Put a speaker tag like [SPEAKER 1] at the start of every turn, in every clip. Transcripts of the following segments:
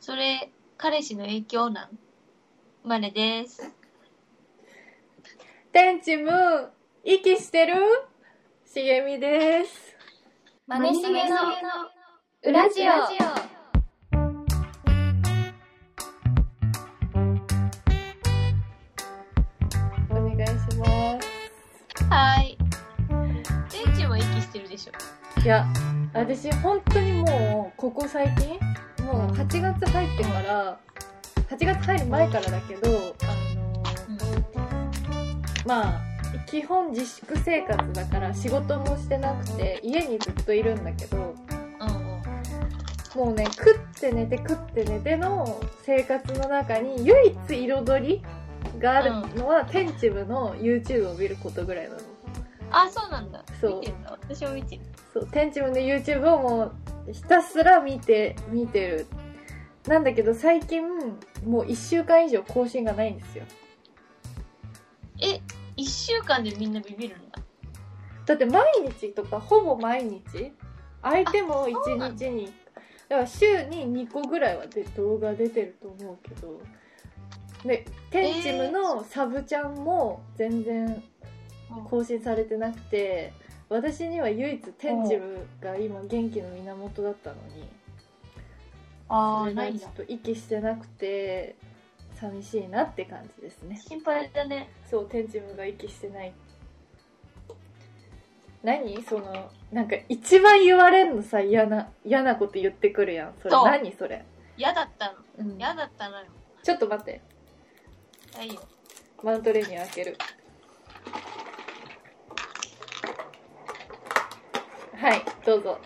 [SPEAKER 1] それ、彼氏の影響なんまでです。
[SPEAKER 2] 天地ムーン、息してる茂みです。
[SPEAKER 3] マネしげの裏ジオ。
[SPEAKER 2] お願いしま
[SPEAKER 1] はい。電池も息してるでしょ。
[SPEAKER 2] す。いや、私本当にもう、ここ最近、もう8月入ってから、8月入る前からだけど、あのまあ、基本自粛生活だから仕事もしてなくて、家にずっといるんだけど、
[SPEAKER 1] うんうん。
[SPEAKER 2] もうね、食って寝て食って寝ての生活の中に唯一彩りがあるのは、天地部の YouTube を見ることぐらいなの。
[SPEAKER 1] あ、そうなんだ。
[SPEAKER 2] そう
[SPEAKER 1] 見てるんだ。私も見てる。
[SPEAKER 2] そう、天地部の YouTube をもうひたすら見て、見てる。なんだけど最近、もう1週間以上更新がないんですよ。
[SPEAKER 1] え、一週間でみんなビビるんだ。
[SPEAKER 2] だって毎日とか、ほぼ毎日相手も1日に、だから週に2個ぐらいはで動画出てると思うけど、で、天チムのサブちゃんも全然更新されてなくて、私には唯一天チムが今元気の源だったのに、
[SPEAKER 1] あ
[SPEAKER 2] それがちょっと息してなくて、寂しいなって感じですね。
[SPEAKER 1] 心配だね。
[SPEAKER 2] そう、天チムが息してない。何その、なんか一番言われんのさ、嫌な、嫌なこと言ってくるやん。それ、
[SPEAKER 1] そう
[SPEAKER 2] 何それ。
[SPEAKER 1] 嫌だったの。
[SPEAKER 2] うん
[SPEAKER 1] 嫌だったのよ。
[SPEAKER 2] ちょっと待って。
[SPEAKER 1] はいよ。
[SPEAKER 2] マウントレーニー開ける。はい、どうぞ。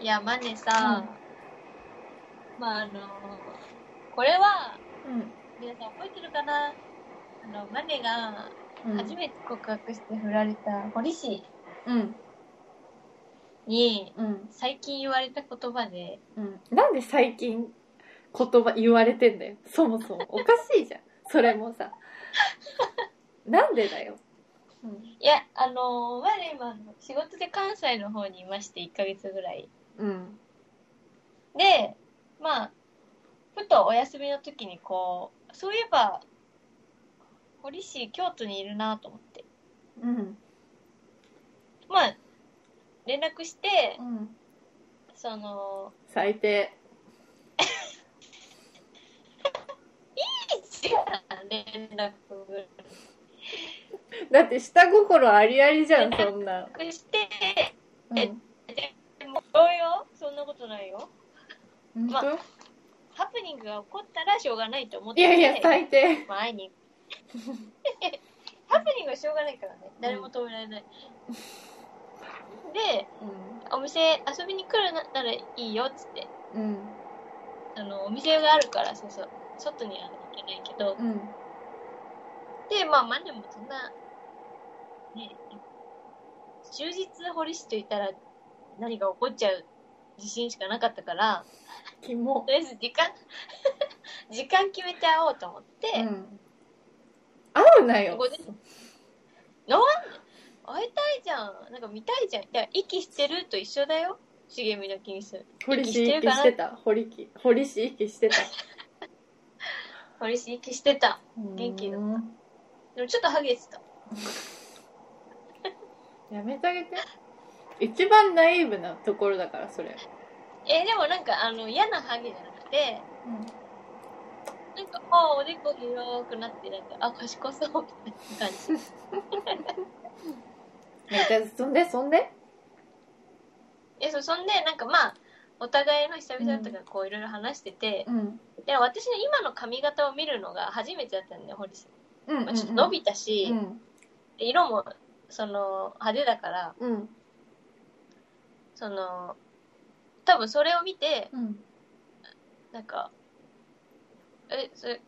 [SPEAKER 1] いや、マネさ、まああのこれは、皆さん覚えてるかなあの、マネが
[SPEAKER 2] うん。
[SPEAKER 1] 初めて告白して振られた堀氏
[SPEAKER 2] うん。
[SPEAKER 1] に、
[SPEAKER 2] うん。
[SPEAKER 1] 最近言われた言葉で、
[SPEAKER 2] うん。なんで最近言葉言われてんだよ。そもそも。おかしいじゃん。それも さ。なんでだよ。うん。
[SPEAKER 1] いや、あのー、我々今、仕事で関西の方にいまして、1ヶ月ぐらい。
[SPEAKER 2] うん。
[SPEAKER 1] で、まあ、ふとお休みの時にこう、そういえば、堀市、京都にいるなと思って。
[SPEAKER 2] うん。
[SPEAKER 1] まあ、連絡して、
[SPEAKER 2] うん。
[SPEAKER 1] その、
[SPEAKER 2] 最低。
[SPEAKER 1] 違う連絡
[SPEAKER 2] だって下心ありありじゃん、そんな。
[SPEAKER 1] して、
[SPEAKER 2] うん。
[SPEAKER 1] でもどうよそんなことないよ。ま
[SPEAKER 2] 本
[SPEAKER 1] ハプニングが起こったらしょうがないと思っ
[SPEAKER 2] 当
[SPEAKER 1] て
[SPEAKER 2] い
[SPEAKER 1] て。
[SPEAKER 2] やいや、最低。
[SPEAKER 1] まあ会いに ハプニングはしょうがないからね誰も止められない、でお店遊びに来るならいいよっつって
[SPEAKER 2] うん。うん。
[SPEAKER 1] あのお店があるからそうそう外には行けないけど
[SPEAKER 2] うん。
[SPEAKER 1] でまあマネもそんなね充実堀市といたら何が起こっちゃう自信しかなかったから
[SPEAKER 2] キモ
[SPEAKER 1] と。りあえず時間 時間決めて会おうと思って、
[SPEAKER 2] うん。合うなよ
[SPEAKER 1] こ。こで会いたいじゃん。なんか見たいじゃん。いや、息してると一緒だよ。茂みの気にする。
[SPEAKER 2] 堀
[SPEAKER 1] 息
[SPEAKER 2] 市
[SPEAKER 1] してる
[SPEAKER 2] 息
[SPEAKER 1] か
[SPEAKER 2] して
[SPEAKER 1] な
[SPEAKER 2] た。堀木。堀市息して た。
[SPEAKER 1] 堀市息してた。元気だっ
[SPEAKER 2] うん
[SPEAKER 1] でもちょっとハゲてた。
[SPEAKER 2] やめてあげて。一番ナイーブなところだから、それ。
[SPEAKER 1] えーでもなんか、あの、嫌なハゲじゃなくて、なんか、ああ、おでこ広くなって、なんか、あ、賢そう、みたいな感じ。
[SPEAKER 2] めっちゃ、そんで、そんで
[SPEAKER 1] え、そう、そんで、なんかまあ、お互いの久々だったから、こう、いろいろ話してて、
[SPEAKER 2] うん。
[SPEAKER 1] で、私の今の髪型を見るのが初めてだったんだよ、堀市。
[SPEAKER 2] うんうん
[SPEAKER 1] ま
[SPEAKER 2] う
[SPEAKER 1] あ、
[SPEAKER 2] ん。
[SPEAKER 1] ちょっと伸びたし、
[SPEAKER 2] うん。
[SPEAKER 1] で色も、その、派手だから、
[SPEAKER 2] うん。
[SPEAKER 1] その、多分それを見て、
[SPEAKER 2] うん。
[SPEAKER 1] なんか、え、それ、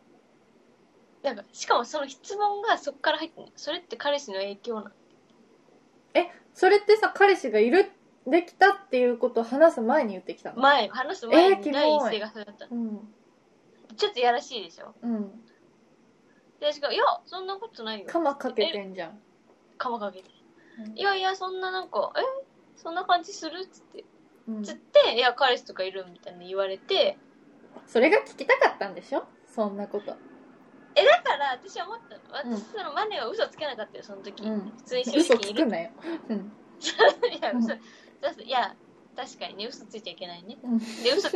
[SPEAKER 1] なんか、しかもその質問がそこから入ってんのそれって彼氏の影響なの
[SPEAKER 2] それってさ、彼氏がいる、できたっていうことを話す前に言ってきたの。
[SPEAKER 1] 前、話す前
[SPEAKER 2] えー
[SPEAKER 1] に
[SPEAKER 2] キモい
[SPEAKER 1] 第一声がそれだったの。
[SPEAKER 2] うん。
[SPEAKER 1] ちょっとやらしいでしょ
[SPEAKER 2] うん。
[SPEAKER 1] で、しかも、いや、そんなことないよ。
[SPEAKER 2] カマかけてんじゃん。
[SPEAKER 1] かまかけて
[SPEAKER 2] う。ん
[SPEAKER 1] いやいや、そんななんか、えそんな感じするっつって。
[SPEAKER 2] うん
[SPEAKER 1] つって、いや、彼氏とかいるみたいな言われて、
[SPEAKER 2] それが聞きたかったんでしょそんなこと
[SPEAKER 1] え、だから私は思ったの。
[SPEAKER 2] うん
[SPEAKER 1] 私、そのマネは嘘つけなかったよ、その時。
[SPEAKER 2] うん
[SPEAKER 1] 普通に正
[SPEAKER 2] 嘘
[SPEAKER 1] 直に
[SPEAKER 2] つ
[SPEAKER 1] いる
[SPEAKER 2] く。なよ、うん、
[SPEAKER 1] いや、嘘、嘘いや、確かにね、嘘ついちゃいけないね。
[SPEAKER 2] うん
[SPEAKER 1] で、嘘つ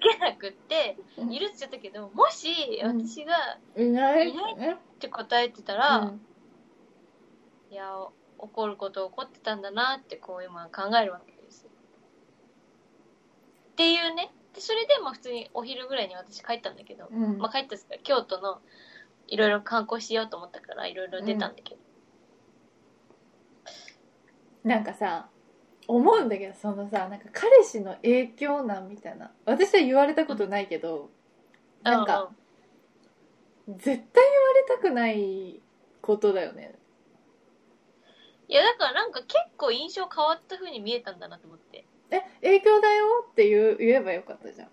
[SPEAKER 1] けなく って、
[SPEAKER 2] うん
[SPEAKER 1] 許しちゃったけど、もし
[SPEAKER 2] うん
[SPEAKER 1] 私が、
[SPEAKER 2] いない
[SPEAKER 1] いない
[SPEAKER 2] ね
[SPEAKER 1] って答えてたら、いや、怒ること怒ってたんだなって、こう今考えるわけですよ。っていうね。で、それで、まあ普通にお昼ぐらいに私帰ったんだけど、
[SPEAKER 2] うんうん
[SPEAKER 1] まあ帰ったっすか、京都のいろいろ観光しようと思ったから、いろいろ出たんだけど。
[SPEAKER 2] なんかさ思うんだけどそのさなんか彼氏の影響なんみたいな私は言われたことないけど、なんか、絶対言われたくないことだよね
[SPEAKER 1] いや、だからなんか結構印象変わった風に見えたんだなと思って。
[SPEAKER 2] え影響だよって言う言えばよかったじゃん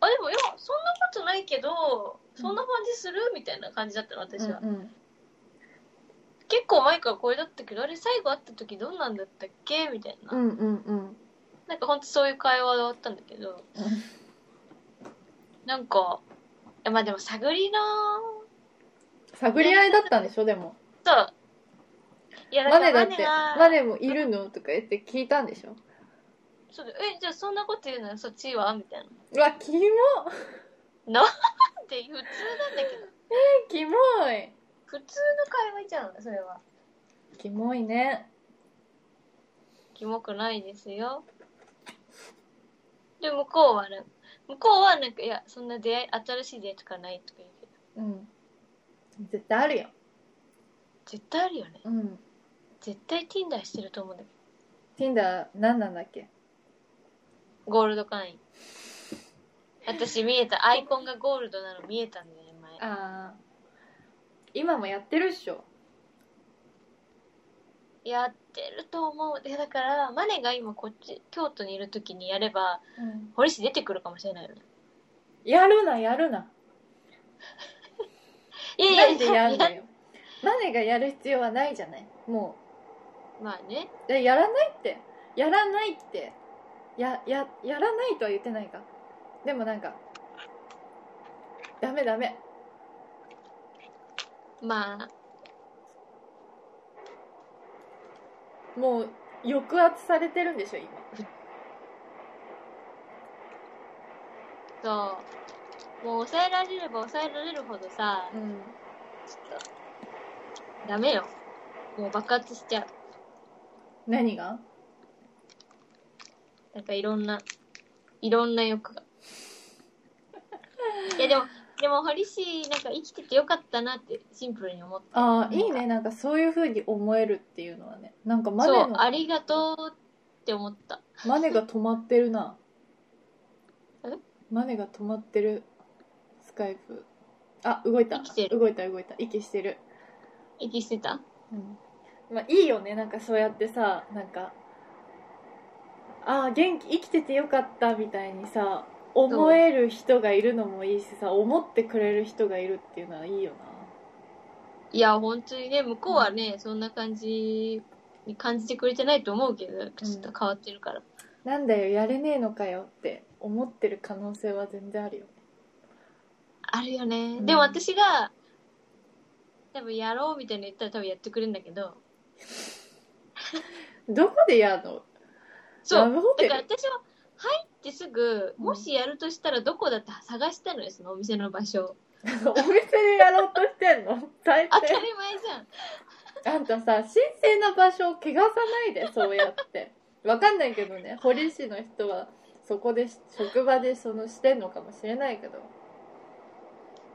[SPEAKER 1] あ、でも、いや、そんなことないけど、そんな感じするみたいな感じだったの、私は。
[SPEAKER 2] うんうん
[SPEAKER 1] 結構前からこれだったけど、あれ最後会った時どんなんだったっけみたいな。
[SPEAKER 2] うんうんうん
[SPEAKER 1] なんかほんとそういう会話だったんだけど、なんか、いやまあでも探りの、
[SPEAKER 2] 探り合いだったんでしょでも
[SPEAKER 1] そう。いや、だか
[SPEAKER 2] マネ
[SPEAKER 1] らマ
[SPEAKER 2] だっ
[SPEAKER 1] ネ
[SPEAKER 2] て
[SPEAKER 1] が、
[SPEAKER 2] マネもいるのとか言って聞いたんでしょ
[SPEAKER 1] そうだえ、じゃあそんなこと言うならそっちはみたいな。
[SPEAKER 2] うわキモ
[SPEAKER 1] って普通なんだけど、
[SPEAKER 2] キモい
[SPEAKER 1] 普通の会話じゃん、それは。
[SPEAKER 2] キモいね
[SPEAKER 1] キモくないですよ。で、向こうはなんか、向こうはなんか、いや、そんな出会い、新しい出会いとかないとか言うけど、
[SPEAKER 2] うん絶対あるよ
[SPEAKER 1] 絶対あるよね。
[SPEAKER 2] うん
[SPEAKER 1] 絶対 Tinder してると思うんだけ
[SPEAKER 2] Tinder 何なんだっけ
[SPEAKER 1] ど、ゴールド会員。私見えた、アイコンがゴールドなの見えたんだよね、前。
[SPEAKER 2] ああ今もやってるっしょ
[SPEAKER 1] やってると思う。で、だから、マネが今こっち、京都にいる時にやれば、
[SPEAKER 2] うん
[SPEAKER 1] 堀市出てくるかもしれないよね。
[SPEAKER 2] やるなやるない
[SPEAKER 1] やいや
[SPEAKER 2] なんでやんだよマネがやる必要はないじゃないも
[SPEAKER 1] まあね。
[SPEAKER 2] うでやらないってやらないってやややらないとは言ってないかでもなんかダメダメ
[SPEAKER 1] まあ、
[SPEAKER 2] もう抑圧されてるんでしょ今
[SPEAKER 1] そう。もう抑えられれば抑えられるほどさ、
[SPEAKER 2] うん
[SPEAKER 1] ちょっと、ダメよ。もう爆発しちゃう。
[SPEAKER 2] 何が
[SPEAKER 1] なんかいろんな、いろんな欲 が。いやでも、でも堀市、なんか生きててよかったなってシンプルに思った。
[SPEAKER 2] ああいいねなんかそういうふうに思えるっていうのはねなんかマネ
[SPEAKER 1] そう、
[SPEAKER 2] の
[SPEAKER 1] ありがとうって思った。
[SPEAKER 2] マネが止まってるな
[SPEAKER 1] え
[SPEAKER 2] マネが止まってるスカイプあ動いた
[SPEAKER 1] 息してる
[SPEAKER 2] 動いた動いた息してる、
[SPEAKER 1] 息してた
[SPEAKER 2] うんまあいいよねなんかそうやってさなんかああ元気生きててよかったみたいにさ思える人がいるのもいいしさ思ってくれる人がいるっていうのはいいよ
[SPEAKER 1] いや、本当にね、向こうはね、そんな感じに感じてくれてないと思うけど、ちょっと変わってるから。
[SPEAKER 2] ななんだよやれねえのかよって思ってる可能性は全然あるよ
[SPEAKER 1] あるよね。
[SPEAKER 2] うん
[SPEAKER 1] でも私が、多分やろうみたいなの言ったら多分やってくれるんだけど、
[SPEAKER 2] どこでやるの
[SPEAKER 1] そ
[SPEAKER 2] ラブ
[SPEAKER 1] う。
[SPEAKER 2] ホテ
[SPEAKER 1] だ
[SPEAKER 2] ル
[SPEAKER 1] から私は、入ってすぐ、
[SPEAKER 2] うん
[SPEAKER 1] もしやるとしたらどこだって探したのよ、そのお店の場 所。
[SPEAKER 2] お店でやろうとしてんの大抵
[SPEAKER 1] 当たり前じゃん。
[SPEAKER 2] あんたさ、神聖な場所を汚さないで、そうやって。わかんないけどね、堀市の人は、そこで、職場でそのしてんのかもしれないけど。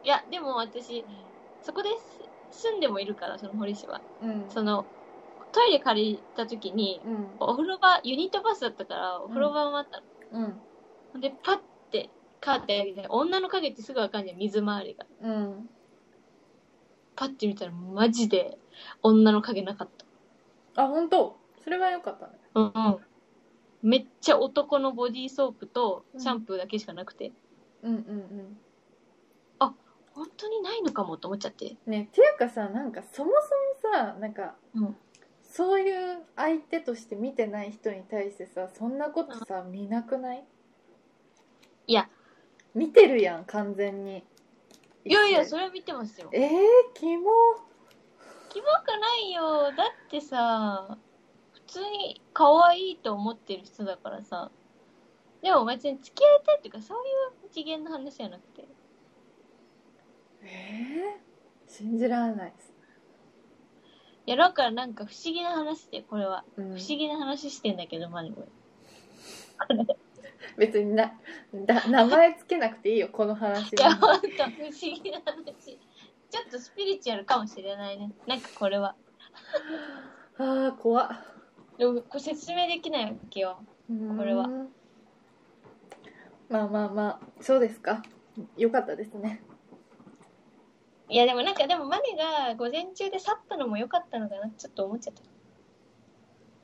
[SPEAKER 1] いや、でも私、そこです住んでもいるから、その堀市は。
[SPEAKER 2] うん。
[SPEAKER 1] その、トイレ借りた時に、
[SPEAKER 2] うん。
[SPEAKER 1] お風呂場、ユニットバスだったから、お風呂場もあったの
[SPEAKER 2] うん。
[SPEAKER 1] で、パッてカーテン開けて、女の影ってすぐわかんじゃん、水回りが。
[SPEAKER 2] うん。
[SPEAKER 1] パッて見たら、マジで、女の影なかった。
[SPEAKER 2] あ、本当それは良かったね。
[SPEAKER 1] うんうん。めっちゃ男のボディーソープと
[SPEAKER 2] うん
[SPEAKER 1] シャンプーだけしかなくて、
[SPEAKER 2] うんうん
[SPEAKER 1] 本当にないのかもと思っちゃって。
[SPEAKER 2] うん。ね、っていうかさ、なんかそもそもさ、なんか、
[SPEAKER 1] うん
[SPEAKER 2] そういう相手として見てない人に対してさそんなことさ見なくない
[SPEAKER 1] いや
[SPEAKER 2] 見てるやん完全に
[SPEAKER 1] いやいや、それは見てますよ。
[SPEAKER 2] えー、キモ
[SPEAKER 1] キモくないよ。だってさ、普通に可愛いと思ってる人だからさ。でも別に付き合いたいっていうか、そういう次元の話じゃなくて。
[SPEAKER 2] えー、信じられないです、
[SPEAKER 1] いや、だからなんか不思議な話で、これは。
[SPEAKER 2] うん
[SPEAKER 1] 不思議な話してんだけど、マリコ。
[SPEAKER 2] 別になだ名前つけなくていいよこの話
[SPEAKER 1] いや、ほんと、不思議な話。ちょっとスピリチュアルかもしれないね。なんかこれは。
[SPEAKER 2] ああ怖っ
[SPEAKER 1] でも、これ説明できないわけよ。これは
[SPEAKER 2] うーんまあまあまあそうですかよかったですね
[SPEAKER 1] いや、でもなんか、でもマリが午前中で去ったのも良かったのかな、ちょっと思っちゃった。
[SPEAKER 2] ど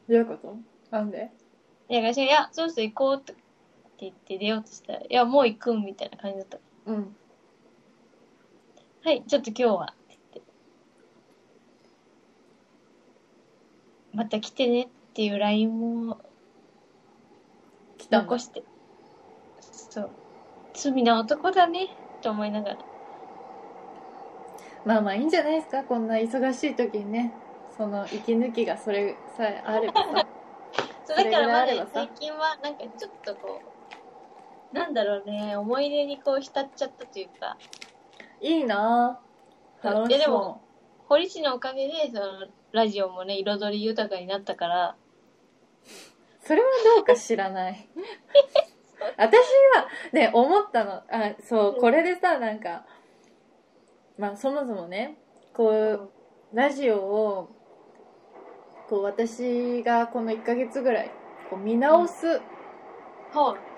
[SPEAKER 2] ういうことなんで
[SPEAKER 1] なんか私がいや、そろそろ行こうって言って出ようとしたら、いや、もう行くんみたいな感じだった。
[SPEAKER 2] うん
[SPEAKER 1] はい、ちょっと今日はって言って。また来てねっていう LINE も
[SPEAKER 2] 来た
[SPEAKER 1] 残
[SPEAKER 2] の
[SPEAKER 1] して。そう。罪な男だね、と思いながら。
[SPEAKER 2] まあまあいいんじゃないですかこんな忙しい時にねその息抜きがそれさえあれば さ
[SPEAKER 1] そう、
[SPEAKER 2] そ
[SPEAKER 1] だ
[SPEAKER 2] れ
[SPEAKER 1] か
[SPEAKER 2] ぐ
[SPEAKER 1] ら
[SPEAKER 2] ら
[SPEAKER 1] ま
[SPEAKER 2] いあれ
[SPEAKER 1] だ
[SPEAKER 2] ばさ
[SPEAKER 1] 最近は、なんかちょっとこう、なんだろうね、思い出にこう浸っちゃったというか、
[SPEAKER 2] いいなあ楽
[SPEAKER 1] い
[SPEAKER 2] し
[SPEAKER 1] やで
[SPEAKER 2] そ
[SPEAKER 1] も堀市のおかげで、その、ラジオもね、彩り豊かになったから、
[SPEAKER 2] うそれはどうか知らない私はね思ったのあそうこれでさなんかまあそもそもねこうラジオをこう私がこの1ヶ月ぐらいこう見直す
[SPEAKER 1] はい。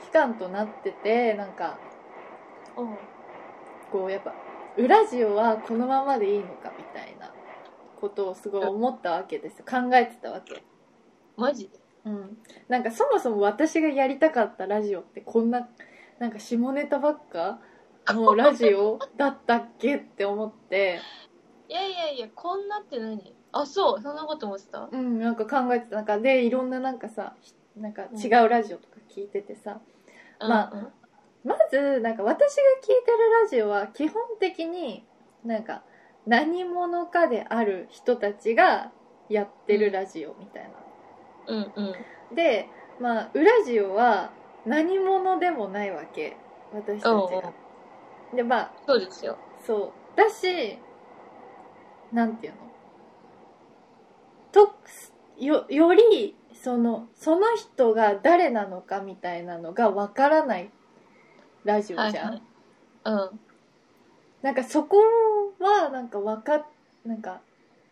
[SPEAKER 2] 期間となってて、なんか
[SPEAKER 1] うん。
[SPEAKER 2] こうやっぱウラジオはこのままでいいのかみたいなことをすごい思ったわけですよ考えてたわけ、
[SPEAKER 1] マジ
[SPEAKER 2] うん、なんかそもそも私がやりたかったラジオってこんななんか下ネタばっ かのラジオだったっけって思って
[SPEAKER 1] いやいやいや、こんなって何あ、そう、そんなこと思ってた
[SPEAKER 2] うん、なんか考えてた中でいろんななんかさひなんか違うラジオとか聞いててさ、まあ
[SPEAKER 1] うんうん
[SPEAKER 2] まずなんか私が聞いてるラジオは基本的になんか何者かである人たちがやってるラジオみたいな。
[SPEAKER 1] うんうん。
[SPEAKER 2] で、まあ、ウラジオは何者でもないわけ私たち
[SPEAKER 1] おうお
[SPEAKER 2] が
[SPEAKER 1] う。
[SPEAKER 2] でまあ
[SPEAKER 1] そうですよ。
[SPEAKER 2] そうだしなんていうのとよよりそのその人が誰なのかみたいなのがわからないラジオじゃん、
[SPEAKER 1] はいはい。うん。
[SPEAKER 2] なんかそこはなんかわかなんか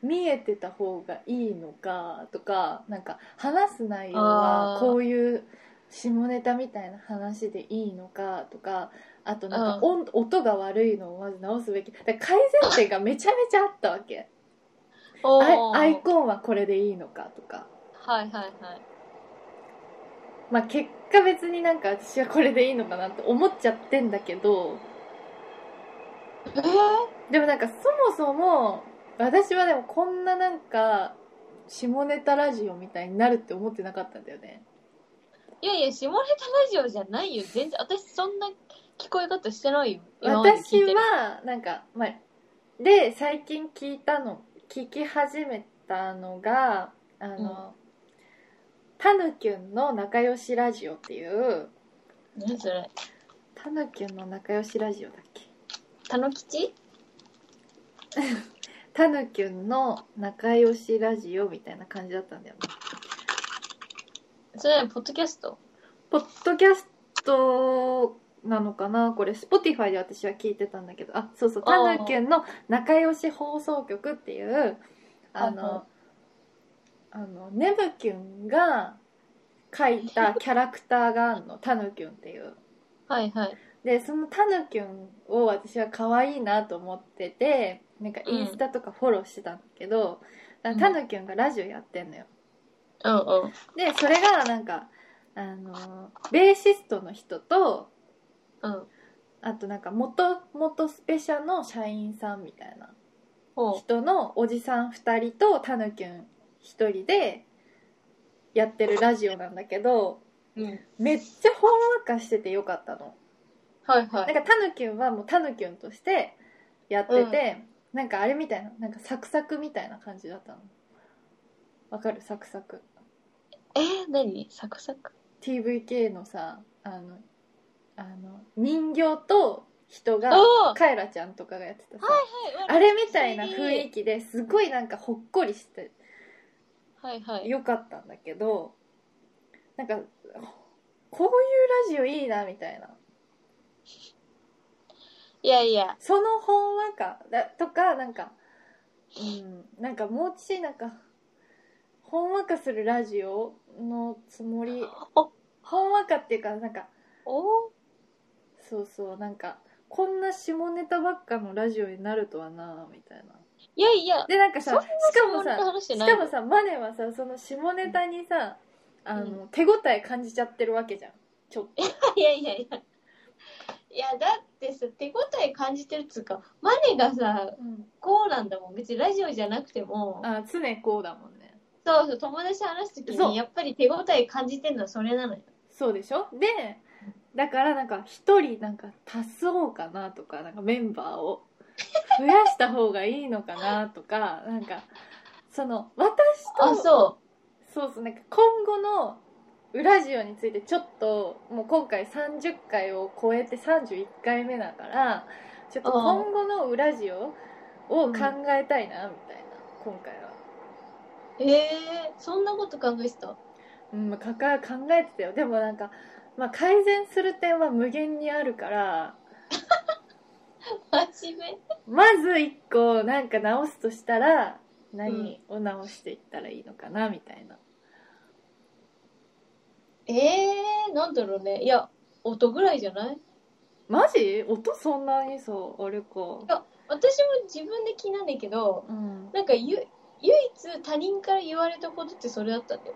[SPEAKER 2] 見えてた方がいいのかとかなんか話す内容は
[SPEAKER 1] あー
[SPEAKER 2] こういう下ネタみたいな話でいいのかとかあとなんか音,、音が悪いのをまず直すべきだから改善点がめちゃめちゃあったわけ
[SPEAKER 1] お
[SPEAKER 2] アイ
[SPEAKER 1] ー
[SPEAKER 2] アイコンはこれでいいのかとか、
[SPEAKER 1] はいはいはい。
[SPEAKER 2] まあ、結果別になんか私はこれでいいのかなって思っちゃってんだけど
[SPEAKER 1] え
[SPEAKER 2] でもなんかそもそも私はでもこんななんか下ネタラジオみたいになるって思ってなかったんだよね
[SPEAKER 1] ー、いやいや、下ネタラジオじゃないよ。全然、私そんな聞こえ方してないよ。今まで聞
[SPEAKER 2] 私
[SPEAKER 1] いてる。
[SPEAKER 2] はなんか、まあ、で最近聞いたの聞き始めたのがあの、たぬきゅんの仲良しラジオっていう
[SPEAKER 1] 何それ
[SPEAKER 2] たぬきゅんの仲良しラジオだっけ
[SPEAKER 1] たのきち
[SPEAKER 2] たぬきゅんの仲良しラジオみたいな感じだったんだよね
[SPEAKER 1] それ、ポッドキャスト
[SPEAKER 2] ポッドキャストなのかなこれ、Spotify で私は聞いてたんだけど、あ、そうそう、
[SPEAKER 1] あ
[SPEAKER 2] タ
[SPEAKER 1] ー
[SPEAKER 2] ヌキュンの仲良し放送局っていう、あ
[SPEAKER 1] はいはい
[SPEAKER 2] の、あの、ネムキュンが描いたキャラクターがあるの、タヌキュンっていう。
[SPEAKER 1] はいはい。
[SPEAKER 2] で、そのタヌキュンを私は可愛いなと思ってて、なんかインスタとかフォローしてたんだけど、
[SPEAKER 1] うん
[SPEAKER 2] タヌキュンがラジオやってんのよ。
[SPEAKER 1] うんうん。
[SPEAKER 2] で、それがなんか、あの、ベーシストの人と、
[SPEAKER 1] うん。
[SPEAKER 2] あとなんか元元スペシャの社員さんみたいな
[SPEAKER 1] ほう。
[SPEAKER 2] 人のおじさん2人とたぬきゅん1一人でやってるラジオなんだけど、
[SPEAKER 1] うん。
[SPEAKER 2] めっちゃほんわかしててよかったの。
[SPEAKER 1] はいは
[SPEAKER 2] なん
[SPEAKER 1] い。
[SPEAKER 2] かタヌキュンはもうタヌキュンとしてやってて、なんかあれみたいな、なんかサクサクみたいな感じだったの。わかるサクサク。
[SPEAKER 1] えー、何サクサク
[SPEAKER 2] TVK のさ、あの、あの、人形と人が、
[SPEAKER 1] おー
[SPEAKER 2] カエラちゃんとかがやってたさ、
[SPEAKER 1] はい
[SPEAKER 2] あれみたいな雰囲気ですごいなんかほっこりして
[SPEAKER 1] はいはい。
[SPEAKER 2] よかったんだけど、なんか、こういうラジオいいなみたいな。
[SPEAKER 1] いやいや。
[SPEAKER 2] そのほんわかだとかなんかうんなんかもうちなんかほんわかするラジオのつもり
[SPEAKER 1] お
[SPEAKER 2] ほんわかっていうかなんか
[SPEAKER 1] お
[SPEAKER 2] そうそうなんかこんな下ネタばっかのラジオになるとはなみたいない
[SPEAKER 1] やいや。
[SPEAKER 2] でなんかさし
[SPEAKER 1] そ
[SPEAKER 2] か
[SPEAKER 1] んな下ネタ
[SPEAKER 2] もさ
[SPEAKER 1] 話して
[SPEAKER 2] し
[SPEAKER 1] ない
[SPEAKER 2] か
[SPEAKER 1] の
[SPEAKER 2] もさマネはさその下ネタにさあの、手応え感じちゃってるわけじゃんちょっと
[SPEAKER 1] いやいやいや。いや、だってさ、手応え感じてるっつうか、マネがさ、こうなんだもん。別にラジオじゃなくても、
[SPEAKER 2] あ常こうだもんね
[SPEAKER 1] そうそう、友達と話すとき
[SPEAKER 2] そう
[SPEAKER 1] に、やっぱり手応え感じてるのはそれなのよ。
[SPEAKER 2] そうでしょでだからなんか一人なんか足そうかなとかなんかメンバ ーを増やした方がいいのかなとかなんかその私
[SPEAKER 1] あ、
[SPEAKER 2] と
[SPEAKER 1] そ
[SPEAKER 2] そうそうなんか今後の裏ジオについてちょっともう今回30回を超えて31回目だからちょっと今後の裏ジオを考えたいなみたいな今回は。
[SPEAKER 1] う。ええそんなこと考えてた。
[SPEAKER 2] うん、まあかか考えてたよでもなんか、まあ、改善する点は無限にあるから
[SPEAKER 1] 真面目。
[SPEAKER 2] まず一個なんか直すとしたら何を直していったらいいのかなみたいな、
[SPEAKER 1] ええなんだろうね。いや、音ぐらいじゃない
[SPEAKER 2] マジ音そんなにそうあれか
[SPEAKER 1] 私も自分で気なんだけど、
[SPEAKER 2] うん
[SPEAKER 1] なんかゆ、唯一他人から言われたことってそれだったんだよ。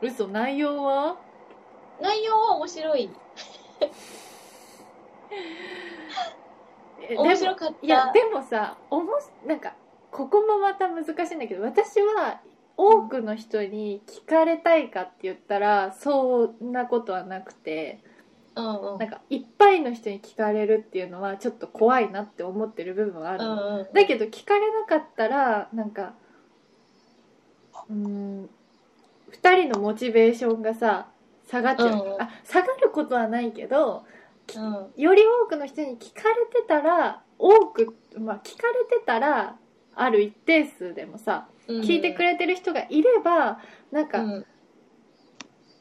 [SPEAKER 2] 嘘内容は
[SPEAKER 1] 内容は面白い。
[SPEAKER 2] えでも
[SPEAKER 1] 面白かった。
[SPEAKER 2] いやでもさおもしなんかここもまた難しいんだけど私は多くの人に聞かれたいかって言ったらそんなことはなくて
[SPEAKER 1] うんうん。
[SPEAKER 2] なんかいっぱいの人に聞かれるっていうのはちょっと怖いなって思ってる部分はあるの、
[SPEAKER 1] うんうん、
[SPEAKER 2] だけど聞かれなかったらなんかうーん2人のモチベーションがさ下がっちゃう、
[SPEAKER 1] うん
[SPEAKER 2] あ下がることはないけど
[SPEAKER 1] うん、
[SPEAKER 2] より多くの人に聞かれてたら多く、まあ、聞かれてたらある一定数でもさ聞いてく
[SPEAKER 1] れ
[SPEAKER 2] れてる人がいればなん
[SPEAKER 1] た
[SPEAKER 2] か、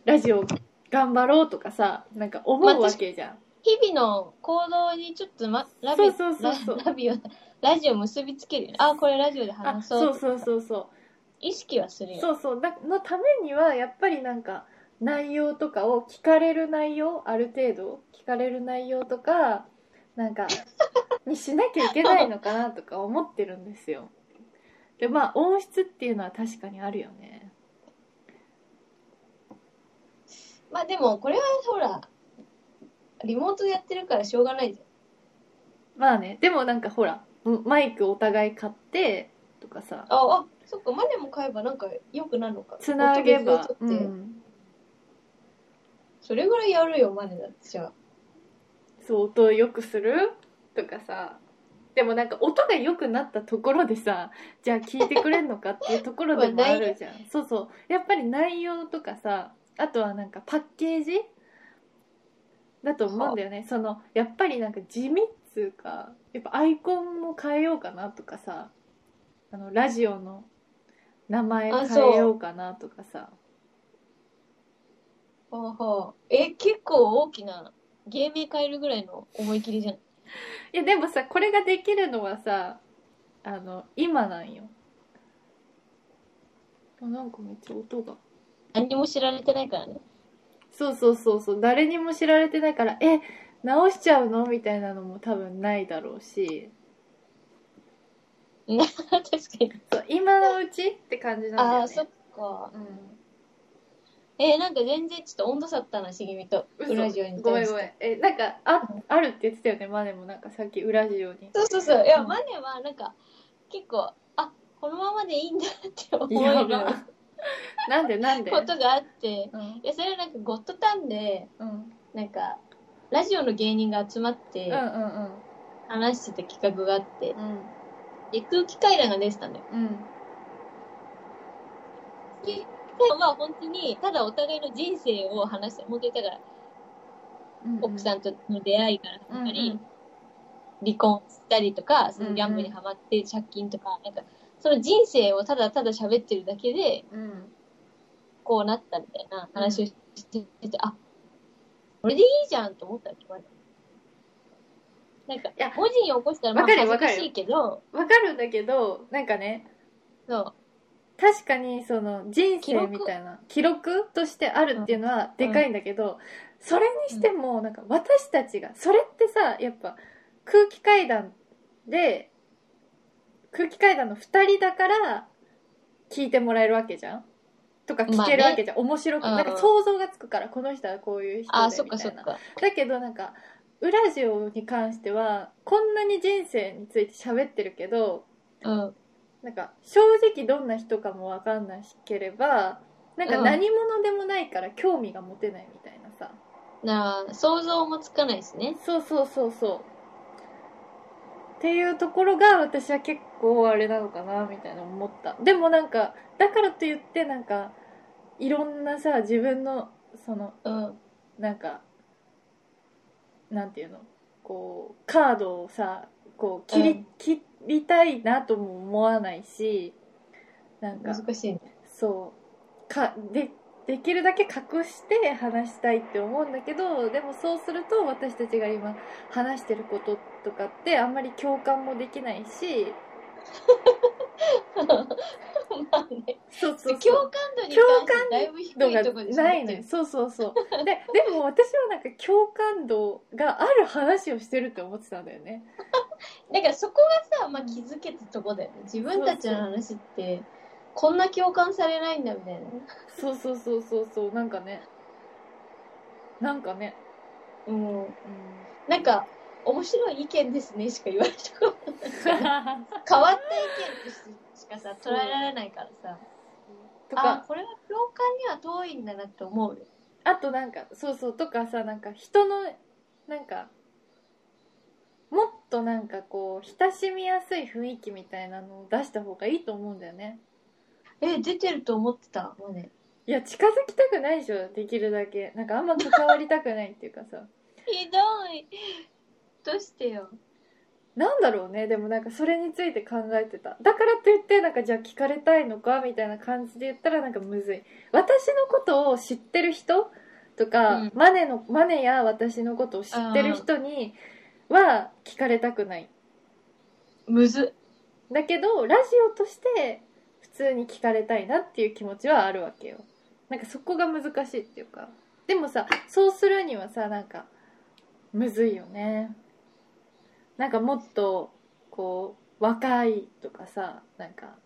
[SPEAKER 2] ラジオ頑張ろうとかさなんか思うわけじゃん。
[SPEAKER 1] 日々の行動にちょっと、ま、ラビ
[SPEAKER 2] そうそうそうそう
[SPEAKER 1] ラ ラビオラジオ結びつけるよねあこれラジオで
[SPEAKER 2] あ
[SPEAKER 1] 話そう
[SPEAKER 2] そうそうそうそう
[SPEAKER 1] 意識はするよ
[SPEAKER 2] そうそうだのためにはやっぱりなんか内容とかを聞かれる内容ある程度聞かれる内容とかなんかにしなきゃいけないのかなとか思ってるんですよでまあ音質っていうのは確かにあるよね
[SPEAKER 1] まあでもこれはほらリモートでやってるからしょうがないじ
[SPEAKER 2] まあねでもなんかほらマイクお互い買ってとかさ
[SPEAKER 1] ゃんああそっかマネも買えばなんか良くなるのか
[SPEAKER 2] つなげ
[SPEAKER 1] 音
[SPEAKER 2] ば
[SPEAKER 1] 別、
[SPEAKER 2] う
[SPEAKER 1] 々取って、
[SPEAKER 2] ん、
[SPEAKER 1] それぐらいやるよマネだってじゃあ
[SPEAKER 2] そう音を良くするとかさでもなんか音が良くなったところでさじゃあ聞いてくれんのかっていうところでもあるじゃんそうそうやっぱり内容とかさあとはなんかパッケージだと思うんだよねそのやっぱりなんか地味っつうかやっぱアイコンも変えようかなとかさあのラジオの名前
[SPEAKER 1] あ
[SPEAKER 2] 変えようかなとかさ
[SPEAKER 1] ほうほうえ結構大きな芸名変えるぐらいの思い切りじゃん
[SPEAKER 2] いやでもさこれができるのはさあの今なんよあなんかめっちゃ音が
[SPEAKER 1] 何にも知られてないからね
[SPEAKER 2] そうそうそうそう誰にも知られてないからえ直しちゃうのみたいなのも多分ないだろうし
[SPEAKER 1] な確かに。
[SPEAKER 2] そう今のうちって感じなんだよ
[SPEAKER 1] あ
[SPEAKER 2] ね
[SPEAKER 1] あ、そっか。
[SPEAKER 2] うん
[SPEAKER 1] えーなんか全然ちょっと温度差ったな、しげみと。
[SPEAKER 2] 嘘
[SPEAKER 1] 裏ジオに
[SPEAKER 2] ごめ
[SPEAKER 1] 対
[SPEAKER 2] ん
[SPEAKER 1] して。
[SPEAKER 2] ごめんえなんかああるって言ってたよねマネもなんかさっき裏ジオに
[SPEAKER 1] そうそうそう。いや、
[SPEAKER 2] うん
[SPEAKER 1] マネはなんか、結構、あ、このままでいいんだって思え
[SPEAKER 2] や
[SPEAKER 1] る
[SPEAKER 2] ば なんでなんで
[SPEAKER 1] ことがあって、
[SPEAKER 4] うん
[SPEAKER 1] いやそれはなんかゴッドタンで、
[SPEAKER 4] うん
[SPEAKER 1] なんか、ラジオの芸人が集まって
[SPEAKER 4] うんうん
[SPEAKER 1] 話してた企画があって、
[SPEAKER 4] うん
[SPEAKER 1] で、空気階段が出てたんだよ。
[SPEAKER 4] うん
[SPEAKER 1] まあ本当に、ただお互いの人生を話して、本当にだから、
[SPEAKER 4] うん
[SPEAKER 1] 奥さんとの出会いから
[SPEAKER 4] う
[SPEAKER 1] やっ
[SPEAKER 4] ん
[SPEAKER 1] ぱ
[SPEAKER 4] う
[SPEAKER 1] り
[SPEAKER 4] ん
[SPEAKER 1] 離婚したりとか、そのギャンブルにハマって借金とか、なんか、その人生をただただ喋ってるだけで、
[SPEAKER 4] うん
[SPEAKER 1] こうなったみたいな話をしてて、あ、これでいいじゃんと思ったわけまだなんか
[SPEAKER 2] いや、
[SPEAKER 1] 文字に起こしたらまあ
[SPEAKER 2] わか
[SPEAKER 1] 恥
[SPEAKER 2] る
[SPEAKER 1] ず
[SPEAKER 2] わかる
[SPEAKER 1] かしいけど、
[SPEAKER 2] わかるんだけどなんかね
[SPEAKER 1] そう、
[SPEAKER 2] 確かにその人生みたいな記録としてあるっていうのはでかいんだけど、それにしてもなんか私たちがそれってさやっぱ空気階段で空気階段の2人だから聞いてもらえるわけじゃんとか聞けるわけじゃん、面白く
[SPEAKER 1] うん
[SPEAKER 2] なんか想像がつくからこの人はこういう人でみたいな
[SPEAKER 1] あ、そっかそっか。
[SPEAKER 2] だけどなんか裏ジオに関してはこんなに人生について喋ってるけど
[SPEAKER 1] うん。
[SPEAKER 2] なんか正直どんな人かも分かんなければなんか
[SPEAKER 1] うん
[SPEAKER 2] 何者でもないから興味が持てないみたいなさ、
[SPEAKER 1] なあ、想像もつかないしね。
[SPEAKER 2] そうそうそうそうっていうところが私は結構あれなのかなみたいな思ったでもなんかだからといってなんかいろんなさ自分のその
[SPEAKER 1] うん。
[SPEAKER 2] なんかなんていうのこうカードをさこう切り,、
[SPEAKER 1] うん
[SPEAKER 2] 切りたいなとも思わないしなんか
[SPEAKER 1] 難し いね。
[SPEAKER 2] そうかでできるだけ隠して話したいって思うんだけどでもそうすると私たちが今話してることとかってあんまり共感もできないし
[SPEAKER 1] まあね。
[SPEAKER 2] そうそうそう
[SPEAKER 1] 共感度に関してだいぶ低
[SPEAKER 2] の
[SPEAKER 1] い
[SPEAKER 2] が
[SPEAKER 1] ところでしょ
[SPEAKER 2] ないのよ。そうそうそうででも私はなんか共感度がある話をしてるって思ってたんだよね
[SPEAKER 1] だからそこがさ、まあ、気づけたとこだよね。自分たちの話って、こんな共感されないんだみたいな。
[SPEAKER 2] そうそうそうそうそうなんかねなんかね、
[SPEAKER 1] うん。
[SPEAKER 2] う
[SPEAKER 1] なんか、面白い意見ですねしか言われた ことない
[SPEAKER 2] ん、
[SPEAKER 1] 変わった意見としてしかさ、捉えられないからさ。
[SPEAKER 2] と
[SPEAKER 1] あ
[SPEAKER 2] か、
[SPEAKER 1] これは共感には遠いんだなって思うよ。
[SPEAKER 2] あとなんかそうそうとかさなんか人のなんかもっとなんかこう親しみやすい雰囲気みたいなのを出した方がいいと思うんだよね
[SPEAKER 1] え、出てると思ってた。もうね。
[SPEAKER 2] いや近づきたくないでしょできるだけなんかあんま関わりたくないっていうかさ
[SPEAKER 1] ひどい。どうしてよ。
[SPEAKER 2] なんだろうねでもなんかそれについて考えてただからって言ってなんかじゃあ聞かれたいのかみたいな感じで言ったらなんかむずい私のことを知ってる人とか、
[SPEAKER 1] うん
[SPEAKER 2] マネのマネや私のことを知ってる人には聞かれたくない
[SPEAKER 1] むず。
[SPEAKER 2] だけどラジオとして普通に聞かれたいなっていう気持ちはあるわけよなんかそこが難しいっていうかでもさそうするにはさなんかむずいよねなんかもっとこう若いとかさなんか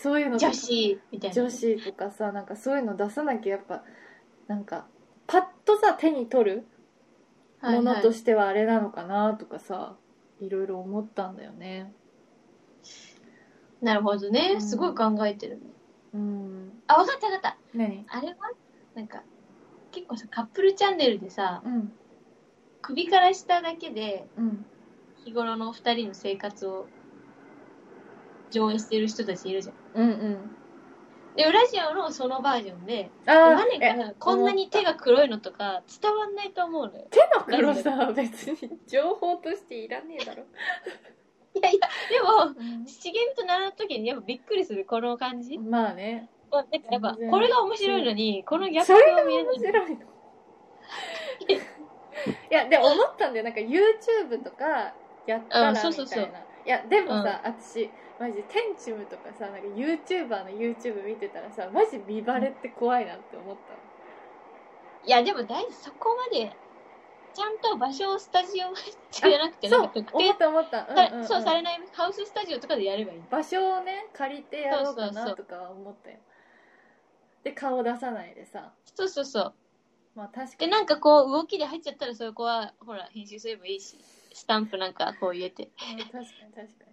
[SPEAKER 2] そういうのと
[SPEAKER 1] 女
[SPEAKER 2] か
[SPEAKER 1] 子みたいな。
[SPEAKER 2] 女子とかさなんかそういうの出さなきゃやっぱなんかパッとさ手に取る
[SPEAKER 1] はいは
[SPEAKER 2] も
[SPEAKER 1] い
[SPEAKER 2] のとしてはあれなのかなとかさ、いろいろ思ったんだよね
[SPEAKER 1] なるほど
[SPEAKER 2] う
[SPEAKER 1] ね。
[SPEAKER 2] ん
[SPEAKER 1] すごい考えてるね。
[SPEAKER 2] うん
[SPEAKER 1] あ、わかったわかった。
[SPEAKER 2] 何
[SPEAKER 1] あれはなんか、結構さ、カップルチャンネルでさ、
[SPEAKER 2] うん
[SPEAKER 1] 首から下だけで、
[SPEAKER 2] うん
[SPEAKER 1] 日頃のお二人の生活を上映してる人たちいるじゃん。
[SPEAKER 2] うんうん
[SPEAKER 1] で、ウラジオのそのバージョンで、
[SPEAKER 2] あー
[SPEAKER 1] マネ
[SPEAKER 2] え
[SPEAKER 1] がこんなに手が黒いのとか伝わんないと思うのよ。
[SPEAKER 2] 手の黒さは別に情報としていらねえだろ、
[SPEAKER 1] いやいや、でも、資源と習う時にやっぱびっくりする、この感じ。
[SPEAKER 2] まあね
[SPEAKER 1] まあ、なんかやっぱ
[SPEAKER 2] 全然
[SPEAKER 1] これが面白いのに、このギャップ
[SPEAKER 2] それが
[SPEAKER 1] が見え
[SPEAKER 2] 面
[SPEAKER 1] ない。
[SPEAKER 2] 白い のいやで思ったんだよなんか YouTube とかやったら
[SPEAKER 1] うん
[SPEAKER 2] みたいな、
[SPEAKER 1] そうそうそう
[SPEAKER 2] いやでもさ、私マジテンチムとかさなんか YouTuber の YouTube 見てたらさマジ見バレって怖いなって思ったの
[SPEAKER 1] いや、でも大事、そこまで、ちゃんと場所をスタジオじゃなくて、なんか
[SPEAKER 2] そう
[SPEAKER 1] 特
[SPEAKER 2] 思
[SPEAKER 1] 定
[SPEAKER 2] った思った、うん
[SPEAKER 1] さ
[SPEAKER 2] うんうん
[SPEAKER 1] そうされないハウススタジオとかでやればいい。
[SPEAKER 2] 場所をね借りてやろうか
[SPEAKER 1] そ
[SPEAKER 2] な
[SPEAKER 1] う
[SPEAKER 2] とかは思ったよで顔出さないでさ
[SPEAKER 1] そうそうそう。
[SPEAKER 2] まあ確か
[SPEAKER 1] で、
[SPEAKER 2] に
[SPEAKER 1] なんかこう、動きで入っちゃったら、そこは、ほら、編集すればいいし、スタンプなんかこう入れて。
[SPEAKER 2] うん確かに確かに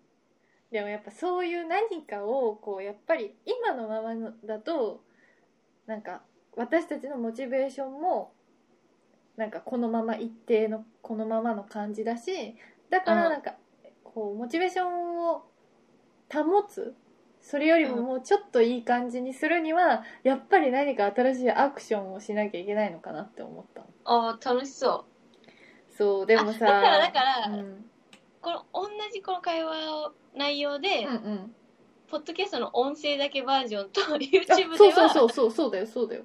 [SPEAKER 2] でもやっぱそういう何かをこうやっぱり今のままのだとなんか私たちのモチベーションもなんかこのまま一定のこのままの感じだしだからなんかこうモチベーションを保つそれよりももうちょっといい感じにするにはやっぱり何か新しいアクションをしなきゃいけないのかなって思ったの
[SPEAKER 1] ああ、楽しそう。
[SPEAKER 2] そうでもさ
[SPEAKER 1] あだから、だから、
[SPEAKER 4] うん
[SPEAKER 1] この同じこの会話の内容で、
[SPEAKER 4] うんうん
[SPEAKER 1] ポッドキャストの音声だけバージョンと YouTube で
[SPEAKER 2] あ
[SPEAKER 1] は
[SPEAKER 2] そうそうそうそうそうだよそうだよ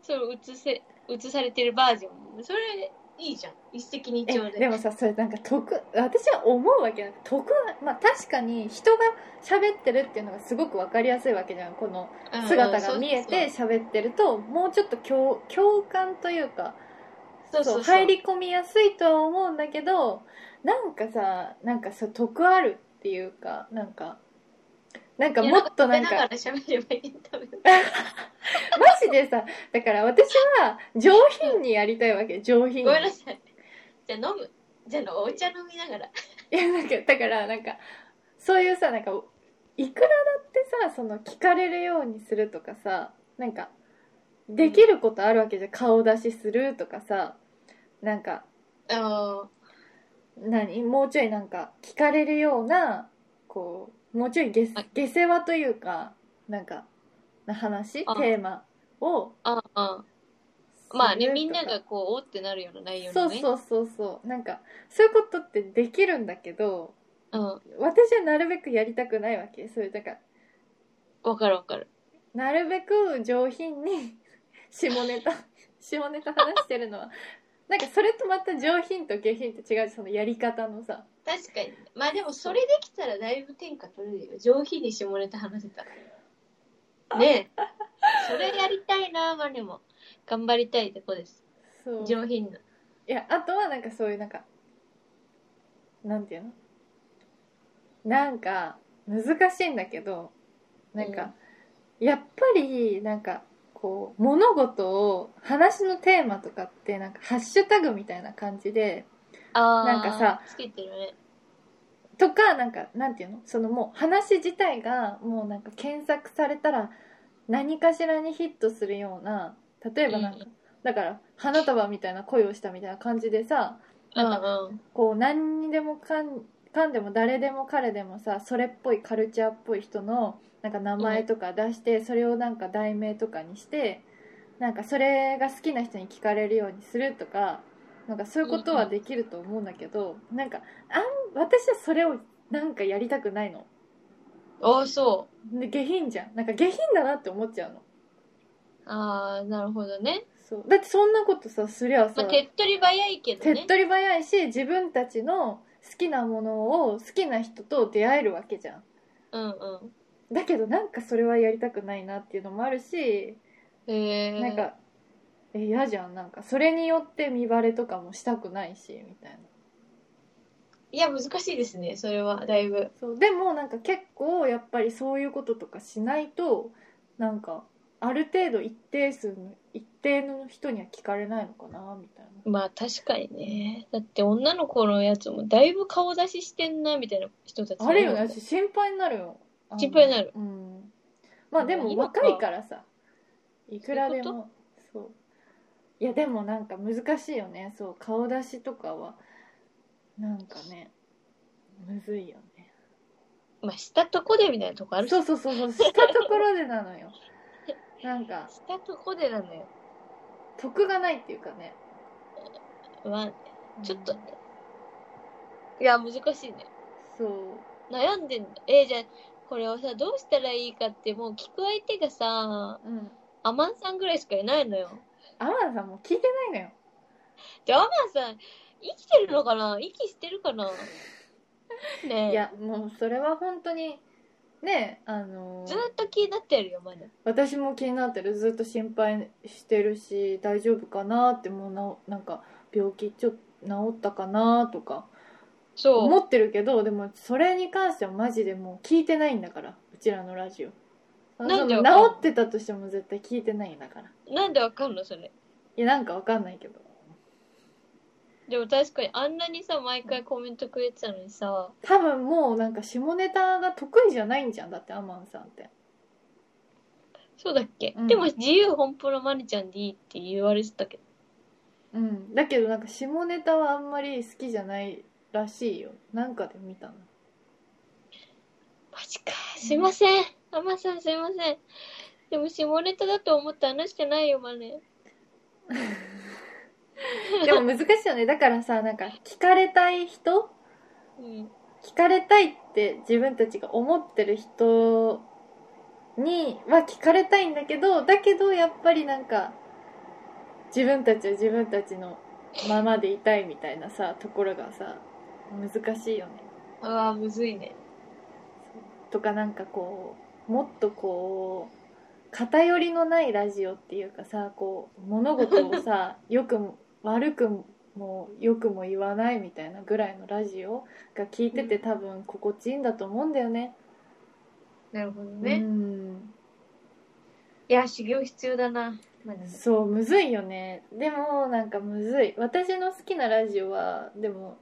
[SPEAKER 1] それを映せ映されてるバージョンそれいいじゃん一石二鳥
[SPEAKER 2] え
[SPEAKER 1] で
[SPEAKER 2] でもさそれなんか得私は思うわけなんか得まあ確かに人が喋ってるっていうのがすごく分かりやすいわけじゃんこの
[SPEAKER 1] うんうん
[SPEAKER 2] 姿が見えて喋ってるともうちょっと共共感というか
[SPEAKER 1] そうそうそう
[SPEAKER 2] そう入り込みやすいとは思うんだけどなんかさなんかさ得あるっていうかなんかなんかもっとなん
[SPEAKER 1] いや
[SPEAKER 2] か
[SPEAKER 1] 食べながら喋ればいいんだ
[SPEAKER 2] マジでさだから私は上品にやりたいわけ上品に
[SPEAKER 1] ごめんなさいじゃあ飲むじゃあお茶飲みながら
[SPEAKER 2] いやなんかだからなんかそういうさなんかいくらだってさその聞かれるようにするとかさなんかできることあるわけじゃん顔出しするとかさなんか
[SPEAKER 1] あ
[SPEAKER 2] 何もうちょいなんか聞かれるようなこうもうちょい下
[SPEAKER 1] はい
[SPEAKER 2] 下世話というかなんかな話
[SPEAKER 1] あ
[SPEAKER 2] テーマを
[SPEAKER 1] ああまあ
[SPEAKER 2] す
[SPEAKER 1] ね
[SPEAKER 2] るとか
[SPEAKER 1] みんながこうおーってなるような内容
[SPEAKER 2] そ
[SPEAKER 1] の
[SPEAKER 2] う
[SPEAKER 1] ねう
[SPEAKER 2] そうそうそうなんかそういうことってできるんだけど
[SPEAKER 1] そ
[SPEAKER 2] 私はなるべくやりたくないわけそういうだから
[SPEAKER 1] うんわかるわかる
[SPEAKER 2] なるべく上品に 下ネタ下ネタ話してるのはなんかそれとまた上品と下品って違うしそのやり方のさ
[SPEAKER 1] 確かにまあでもそれできたらだいぶ天下取れるよ上品に下ネタ話せたらねえそれやりたいなまあでも頑張りたいとこです
[SPEAKER 2] そう
[SPEAKER 1] 上品ない
[SPEAKER 2] やあとはなんかそういうなんかなんていうのなんか難しいんだけどなんか、やっぱりなんかこう物事を話のテーマとかってなんかハッシュタグみたいな感じで
[SPEAKER 1] あー
[SPEAKER 2] なんかさ
[SPEAKER 1] つけてるね
[SPEAKER 2] とかなんかなんていうのそのもう話自体がもうなんか検索されたら何かしらにヒットするような例えばなんか、
[SPEAKER 1] う
[SPEAKER 2] だから花束みたいな恋をしたみたいな感じでさ
[SPEAKER 1] うん
[SPEAKER 2] なん
[SPEAKER 1] うん
[SPEAKER 2] こう何にでもかんかんでも誰でも彼でもさそれっぽいカルチャーっぽい人のなんか名前とか出して、それをなんか題名とかにしてなんかそれが好きな人に聞かれるようにするとかなんかそういうことはできると思うんだけど、なんかあん私はそれをなんかやりたくないの
[SPEAKER 1] ああそ
[SPEAKER 2] で下品じゃんなんか下品だなって思っちゃうの
[SPEAKER 1] うああなるほどね、
[SPEAKER 2] そうだってそんなことさすりゃ
[SPEAKER 1] ま
[SPEAKER 2] さ、
[SPEAKER 1] あ、手っ取り早いけど
[SPEAKER 2] 手
[SPEAKER 1] ね
[SPEAKER 2] っ取り早いし自分たちの好きなものを好きな人と出会えるわけじゃん
[SPEAKER 1] うんうん
[SPEAKER 2] だけどなんかそれはやりたくないなっていうのもあるし、
[SPEAKER 1] へえ
[SPEAKER 2] なんかえ嫌じゃんなんかそれによって見バレとかもしたくないしみたいない
[SPEAKER 1] や難しいですねそれはだいぶ
[SPEAKER 2] そうでもなんか結構やっぱりそういうこととかしないとなんかある程度一定数の一定の人には聞かれないのかなみたいな
[SPEAKER 1] まあ確かにねだって女の子のやつもだいぶ顔出ししてんなみたいな人たち
[SPEAKER 2] あれよね私心配になるよあの
[SPEAKER 1] 心配になる
[SPEAKER 2] うんまあでも
[SPEAKER 1] 今か
[SPEAKER 2] 若いからさいくらで
[SPEAKER 1] そうい
[SPEAKER 2] もそういやでもなんか難しいよねそう顔出しとかはなんかねむずいよね
[SPEAKER 1] まあしたとこでみたいなとこあるし
[SPEAKER 2] そうそうそうそうしたところでなの よなんか
[SPEAKER 1] したとこでなのよ
[SPEAKER 2] 得がないっていうかね
[SPEAKER 1] まあちょっと
[SPEAKER 2] うん
[SPEAKER 1] いや難しいね
[SPEAKER 2] そう
[SPEAKER 1] 悩んでんのえーじゃあこれをさどうしたらいいかってもう聞く相手がさ
[SPEAKER 2] うん
[SPEAKER 1] アマンさんぐらいしかいないのよ
[SPEAKER 2] アマンさんもう聞いてないのよ
[SPEAKER 1] で、アマンさん、生きてるのかな息してるかなねえ。
[SPEAKER 2] いやもうそれは本当にねあのー
[SPEAKER 1] ずっと気になってるよ、まだ。
[SPEAKER 2] 私も気になってるずっと心配してるし大丈夫かなってもうなおなんか病気ちょっと治ったかなとか
[SPEAKER 1] そう。
[SPEAKER 2] 思ってるけどでもそれに関してはマジでもう聞いてないんだからうちらのラジオ
[SPEAKER 1] なんで
[SPEAKER 2] その治ってたとしても絶対聞いてないんだからい
[SPEAKER 1] なんでわかんのそれ。
[SPEAKER 2] やなんかわかんないけど
[SPEAKER 1] でも確かにあんなにさ、毎回コメントくれてたのにさ、
[SPEAKER 2] 多分もうなんか下ネタが得意じゃないんじゃんだってアマンさんって
[SPEAKER 1] そうだっけ、
[SPEAKER 4] うん
[SPEAKER 1] でも自由奔放のマネちゃんでいいって言われてたけど。
[SPEAKER 2] うんだけどなんか下ネタはあんまり好きじゃないらしいよなんかで見たの
[SPEAKER 1] マジか。すいません。アマさんすいません。でも下ネタだと思って話してないよ、マネ。
[SPEAKER 2] でも難しいよねだからさなんか聞かれたい人
[SPEAKER 1] うん。
[SPEAKER 2] 聞かれたいって自分たちが思ってる人には聞かれたいんだけどだけどやっぱりなんか自分たちは自分たちのままでいたいみたいなさところがさ難しいよね。
[SPEAKER 1] ああ、むずいね。
[SPEAKER 2] とかなんかこうもっとこう偏りのないラジオっていうかさこう物事を さよくも悪くもよくも言わないみたいなぐらいのラジオが聞いてて多分心地いいんだと思うんだよね。
[SPEAKER 1] なるほど
[SPEAKER 2] う
[SPEAKER 1] ね。
[SPEAKER 2] ん
[SPEAKER 1] いや、修行必要だな。マネ
[SPEAKER 2] そうむずいよねでもなんかむずい私の好きなラジオはでも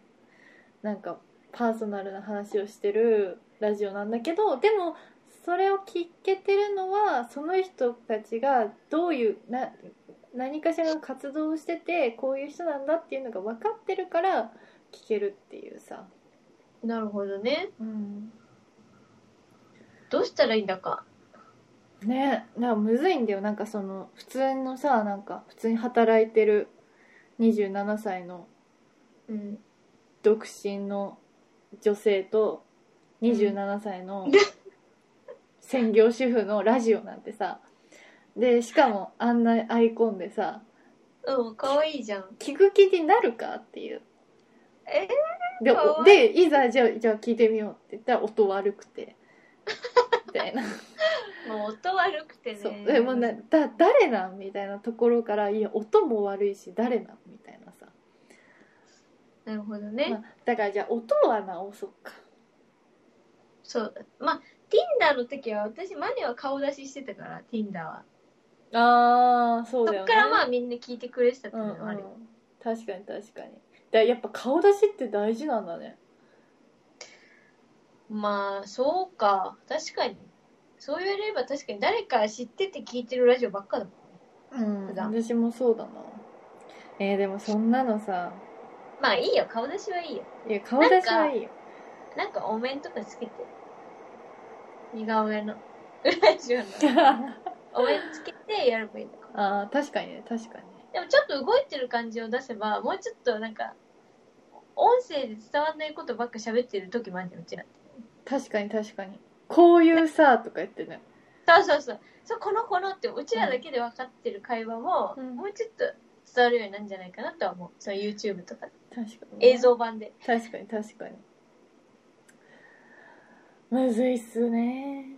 [SPEAKER 2] なんかパーソナルな話をしてるラジオなんだけどでもそれを聞けてるのはその人たちがどういうな何かしらの活動をしててこういう人なんだっていうのが分かってるから聞けるっていうさ、
[SPEAKER 1] なるほどね。
[SPEAKER 2] うん、
[SPEAKER 1] どうしたらいいんだか。
[SPEAKER 2] ねなんかむずいんだよなんかその普通のさなんか普通に働いてる27歳の
[SPEAKER 1] うん。
[SPEAKER 2] 独身の女性と27歳の専業主婦のラジオなんてさでしかもあんなアイコンでさ
[SPEAKER 1] うん、かわいいじゃん。
[SPEAKER 2] 聞く気になるかっていう
[SPEAKER 1] え
[SPEAKER 2] で
[SPEAKER 1] かわいい
[SPEAKER 2] でいざじゃあじゃあ聞いてみようって言ったら音悪くてみた いな
[SPEAKER 1] もう音悪くてね。
[SPEAKER 2] そうでもなだ誰なんみたいなところからいや音も悪いし誰なんみたいなさ、
[SPEAKER 1] なるほどね。
[SPEAKER 2] まあ、だからじゃあ音は直そうか
[SPEAKER 1] そうだ。まあ、Tinder の時は私、マネは顔出ししてたから、Tinder は。
[SPEAKER 2] ああそ
[SPEAKER 1] そっからまあみんな聞いてくれてたっていううんのはあるよ、
[SPEAKER 2] 確かに確かにだやっぱ顔出しって大事なんだね
[SPEAKER 1] まあ、そうか。確かに。そう言われれば確かに誰か知ってて聞いてるラジオばっかだもんね。
[SPEAKER 2] うん
[SPEAKER 1] 普段
[SPEAKER 2] 私もそうだなえー、でもそんなのさ
[SPEAKER 1] まあいいよ、顔出しはいいよ。
[SPEAKER 2] いや顔出しはいいよ
[SPEAKER 1] なんかお面とかつけて。似顔絵の。ラジオの。お面つけてやればいいのか。
[SPEAKER 2] あー確かにね確かにね
[SPEAKER 1] でもちょっと動いてる感じを出せば、もうちょっとなんか、音声で伝わんないことばっか喋ってる時もあるじゃん、うちら。
[SPEAKER 2] 確かに確かにこういうさとか言ってね
[SPEAKER 1] そうそうそう。そう、このこのって、うちらだけで分かってる会話も、
[SPEAKER 2] うん
[SPEAKER 1] もうちょっと伝わるようになるんじゃないかなとは思う。その YouTube とか、
[SPEAKER 2] 確かにね、
[SPEAKER 1] 映像版で。
[SPEAKER 2] 確かに確かにむずいっすね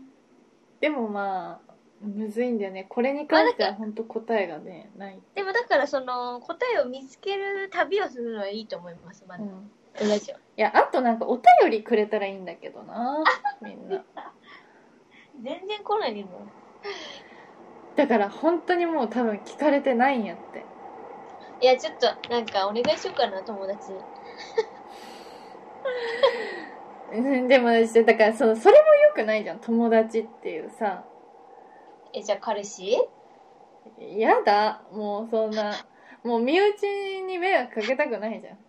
[SPEAKER 2] でもまあむずいんだよねこれに関しては本当答えがねない、
[SPEAKER 1] でもだから、その、答えを見つける旅をするのはいいと思います、ま
[SPEAKER 2] う
[SPEAKER 1] だ。
[SPEAKER 2] ん
[SPEAKER 1] ラジオ。
[SPEAKER 2] いや、あとなんかお便りくれたらいいんだけどな、みんな。
[SPEAKER 1] 全然来ないでも。
[SPEAKER 2] だから本当にもう多分聞かれてないんやって。
[SPEAKER 1] い や、ちょっと、なんか、お願いしようかな、友達に。
[SPEAKER 2] うんでも私、だからそのそれも良くないじゃん、友達っていうさ。
[SPEAKER 1] え、じゃあ、彼氏
[SPEAKER 2] やだ、もうそんな、もう身内に迷惑かけたくないじゃん。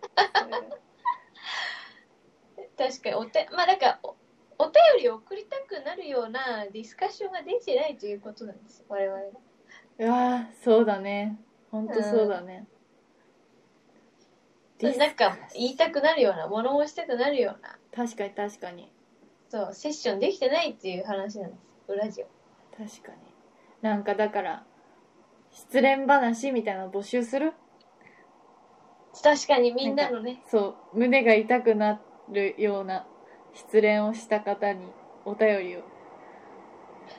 [SPEAKER 1] 確かに、おて、まあ、なんか、おお便りを送りたくなるようなディスカッションができてないということなんです、我々。
[SPEAKER 2] うわぁ、そうだね。本当そうだね。です
[SPEAKER 1] なんか、言いたくなるような、物申したくなるような。
[SPEAKER 2] 確かに確かに。
[SPEAKER 1] そう、セッションできてないっていう話なんです。裏ジオ。
[SPEAKER 2] 確かに。なんかだから、失恋話みたいなの募集する
[SPEAKER 1] 確かにみんなのね、
[SPEAKER 2] そう、胸が痛くなるような失恋をした方にお便りを。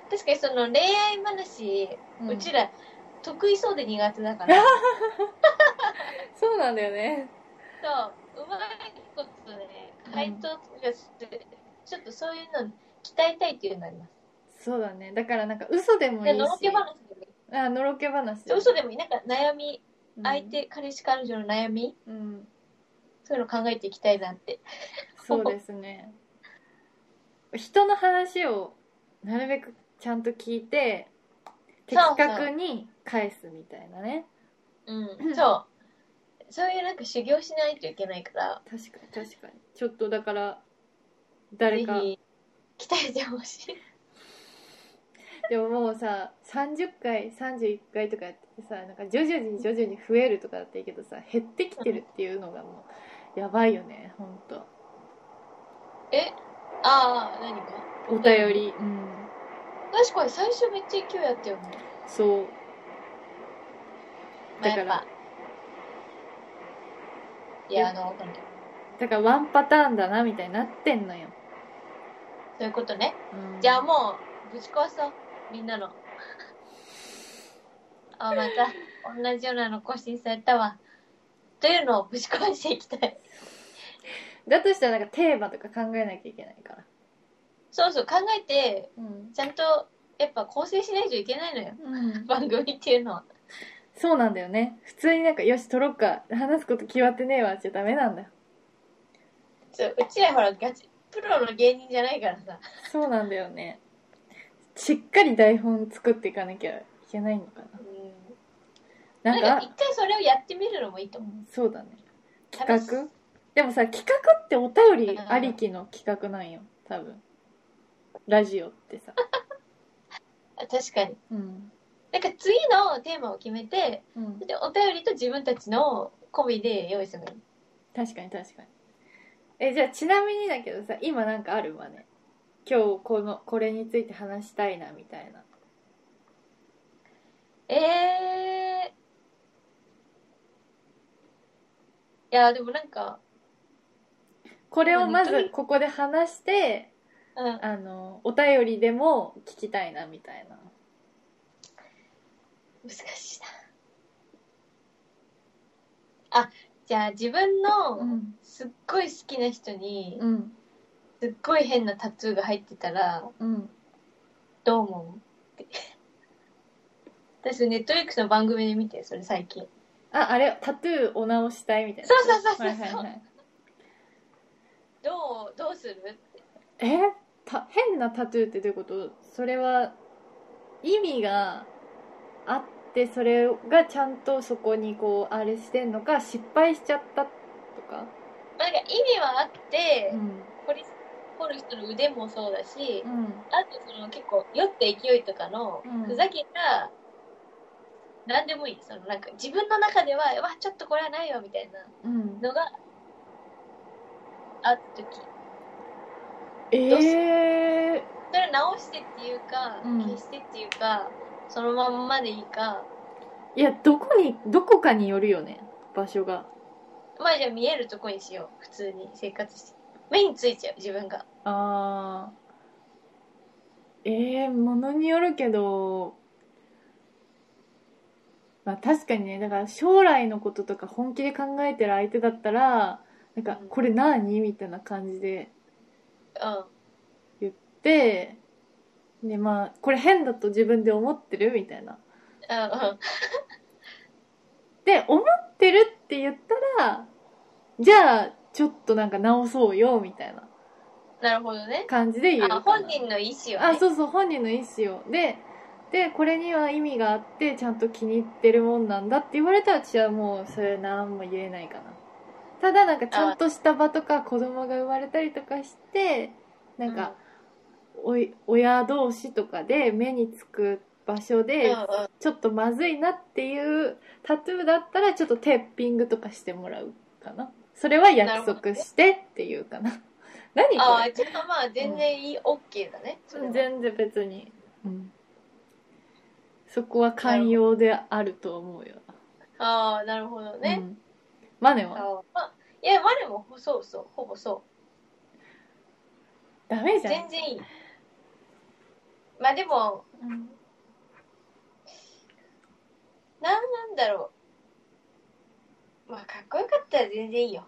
[SPEAKER 1] 確かにその恋愛話、うちら得意そうで苦手だ から、
[SPEAKER 2] そうなんだよね。
[SPEAKER 1] そう、うまいことね、回答がちょっとそういうの鍛えたいっていうのあります。
[SPEAKER 2] そうだね。だからなんか嘘でもいい
[SPEAKER 1] で、
[SPEAKER 2] し。
[SPEAKER 1] のろけ話でもいい。
[SPEAKER 2] あ、のろけ話。
[SPEAKER 1] 嘘でもいい。なんか悩み、
[SPEAKER 2] うん
[SPEAKER 1] 相。手、彼氏、彼女の悩み
[SPEAKER 2] うん。
[SPEAKER 1] そういうの考えていきたいなって。
[SPEAKER 2] そうですね。人の話をなるべくちゃんと聞いて、的
[SPEAKER 1] そうそう
[SPEAKER 2] 確に返すみたいなね。
[SPEAKER 1] うん、そう。そういうなんか修行しないといけないから、
[SPEAKER 2] 確かに確かに。ちょっとだから、誰
[SPEAKER 1] ぜ
[SPEAKER 2] か。
[SPEAKER 1] ひ、鍛えてほしい。
[SPEAKER 2] でももうさ、30回、31回とかやっててさ、なんか徐々に徐々に増えるとかだっていいけどさ、減ってきてるっていうのがもう、やばいよね、ほんと。
[SPEAKER 1] えああ、何が
[SPEAKER 2] お便。り。
[SPEAKER 4] うん
[SPEAKER 1] 確かに最初めっちゃ勢いあったよね。
[SPEAKER 2] そう。
[SPEAKER 1] まあ、
[SPEAKER 2] だか
[SPEAKER 1] やっ
[SPEAKER 2] ら
[SPEAKER 1] ぱ。いや、あの、わかんない。
[SPEAKER 2] だからワンパターンだな、みたいになってんのよ。
[SPEAKER 1] そういうことね。
[SPEAKER 2] うん
[SPEAKER 1] じゃあもう、ぶち壊そう。みんなの。 あ、また、同じようなの更新されたわ。というのをぶち壊していきたい。
[SPEAKER 2] だとしたらなんかテーマとか考えなきゃいけないから。
[SPEAKER 1] そうそう、考えて、
[SPEAKER 2] うん。
[SPEAKER 1] ちゃんと、やっぱ構成しないといけないのよ。番組っていうのは。
[SPEAKER 2] そうなんだよね。普通になんか、よし、撮ろっか。話すこと決まってねえわ。じゃダメなんだよ。
[SPEAKER 1] そう、うちらほら、ガチ、プロの芸人じゃないからさ。
[SPEAKER 2] そうなんだよね。しっかり台本作っていかなきゃいけないのかな。
[SPEAKER 1] な
[SPEAKER 2] なんん
[SPEAKER 1] か、一、
[SPEAKER 2] か
[SPEAKER 1] 回それをやってみるのもいいと思う。
[SPEAKER 2] そうだね。
[SPEAKER 1] 楽し
[SPEAKER 2] 企画でもさ、企画ってお便りありきの企画なんよ。多分。ラジオってさ。
[SPEAKER 1] あ確かに。
[SPEAKER 2] うん。
[SPEAKER 1] なんか次のテーマを決めて、
[SPEAKER 2] うん。
[SPEAKER 1] でお便りと自分たちの込みで用意するのよ
[SPEAKER 2] 確かに確かにえじゃあちなみにだけどさ今なんかあるわね今日このこれについて話したいなみたいな
[SPEAKER 1] えー。いや、でもなんか、
[SPEAKER 2] これをま
[SPEAKER 1] 本当
[SPEAKER 2] ず
[SPEAKER 1] に
[SPEAKER 2] ここで話して
[SPEAKER 1] うん。
[SPEAKER 2] あのお便りでも聞きたいなみたいな
[SPEAKER 1] 難しいな。あ、じゃあ自分の
[SPEAKER 2] ん
[SPEAKER 1] すっごい好きな人に、
[SPEAKER 2] うん
[SPEAKER 1] すっごい変なタトゥーが入ってたら、
[SPEAKER 2] うん
[SPEAKER 1] どう思うって。私、ネットフリックスの番組で見て、それ最近。
[SPEAKER 2] ああれタトゥーお直したいみたいな
[SPEAKER 1] そうそうそうそう
[SPEAKER 2] はいはいはい、
[SPEAKER 1] どう、どうする
[SPEAKER 2] えた変なタトゥーってどういうことそれは意味があってそれがちゃんとそこにこうあれしてんのか失敗しちゃったとか
[SPEAKER 1] なんか意味はあって、
[SPEAKER 2] ん
[SPEAKER 1] 掘り掘る人の腕もそうだし、
[SPEAKER 2] うん
[SPEAKER 1] あとその結構酔って勢いとかの
[SPEAKER 2] うん
[SPEAKER 1] ふざけた、なんでもいいそのなんか自分の中ではうわちょっとこれはないよみたいな
[SPEAKER 2] うん
[SPEAKER 1] のがあった時
[SPEAKER 2] ええ
[SPEAKER 1] それ直してっていうか、
[SPEAKER 2] うん
[SPEAKER 1] 消してっていうかそのまんまでいいか
[SPEAKER 2] ー、いやどこにどこかによるよね場所が
[SPEAKER 1] まあじゃあ見えるとこにしよう普通に生活して目についちゃう自分が
[SPEAKER 2] あーええー、ものによるけどまあ確かにねだから将来のこととか本気で考えてる相手だったらなんか
[SPEAKER 1] うん
[SPEAKER 2] 「これ何?」みたいな感じで
[SPEAKER 1] うん
[SPEAKER 2] ででまあこれ変だと自分で思ってるみたいな
[SPEAKER 1] うんうん
[SPEAKER 2] で思ってるって言ったらじゃあちょっとなんか直そうよみたいな
[SPEAKER 1] なるほどね
[SPEAKER 2] 感じで言うかな
[SPEAKER 1] あ本人の意思を、
[SPEAKER 2] あ
[SPEAKER 1] ね、
[SPEAKER 2] そうそう本人の意思をででこれには意味があってちゃんと気に入ってるもんなんだって言われたら私はもうそれ何も言えないかなただなんかちゃんとした場とか子供が生まれたりとかしてなんか、おい親同士とかで目につく場
[SPEAKER 1] う
[SPEAKER 2] 所
[SPEAKER 1] ん、う
[SPEAKER 2] で
[SPEAKER 1] んうん
[SPEAKER 2] ちょっとまずいなっていうタトゥーだったらちょっとテーピングとかしてもらうかなそれは約束してっていうかな何こ
[SPEAKER 1] あ
[SPEAKER 2] れ
[SPEAKER 1] あちょっとまあ全然いい、オッケーだねそれは
[SPEAKER 2] 全然別に、そこは寛容であると思うよ
[SPEAKER 1] ああなるほど
[SPEAKER 2] う
[SPEAKER 1] ね、
[SPEAKER 2] んマネ
[SPEAKER 1] あ
[SPEAKER 2] は
[SPEAKER 1] ーまあいや我もそうそうほぼそ
[SPEAKER 2] ダメ
[SPEAKER 1] う
[SPEAKER 2] じゃ
[SPEAKER 1] 全
[SPEAKER 2] ん
[SPEAKER 1] 然いいまあでも
[SPEAKER 2] うん
[SPEAKER 1] なんなんだろうまあかっこよかったら全然いいよ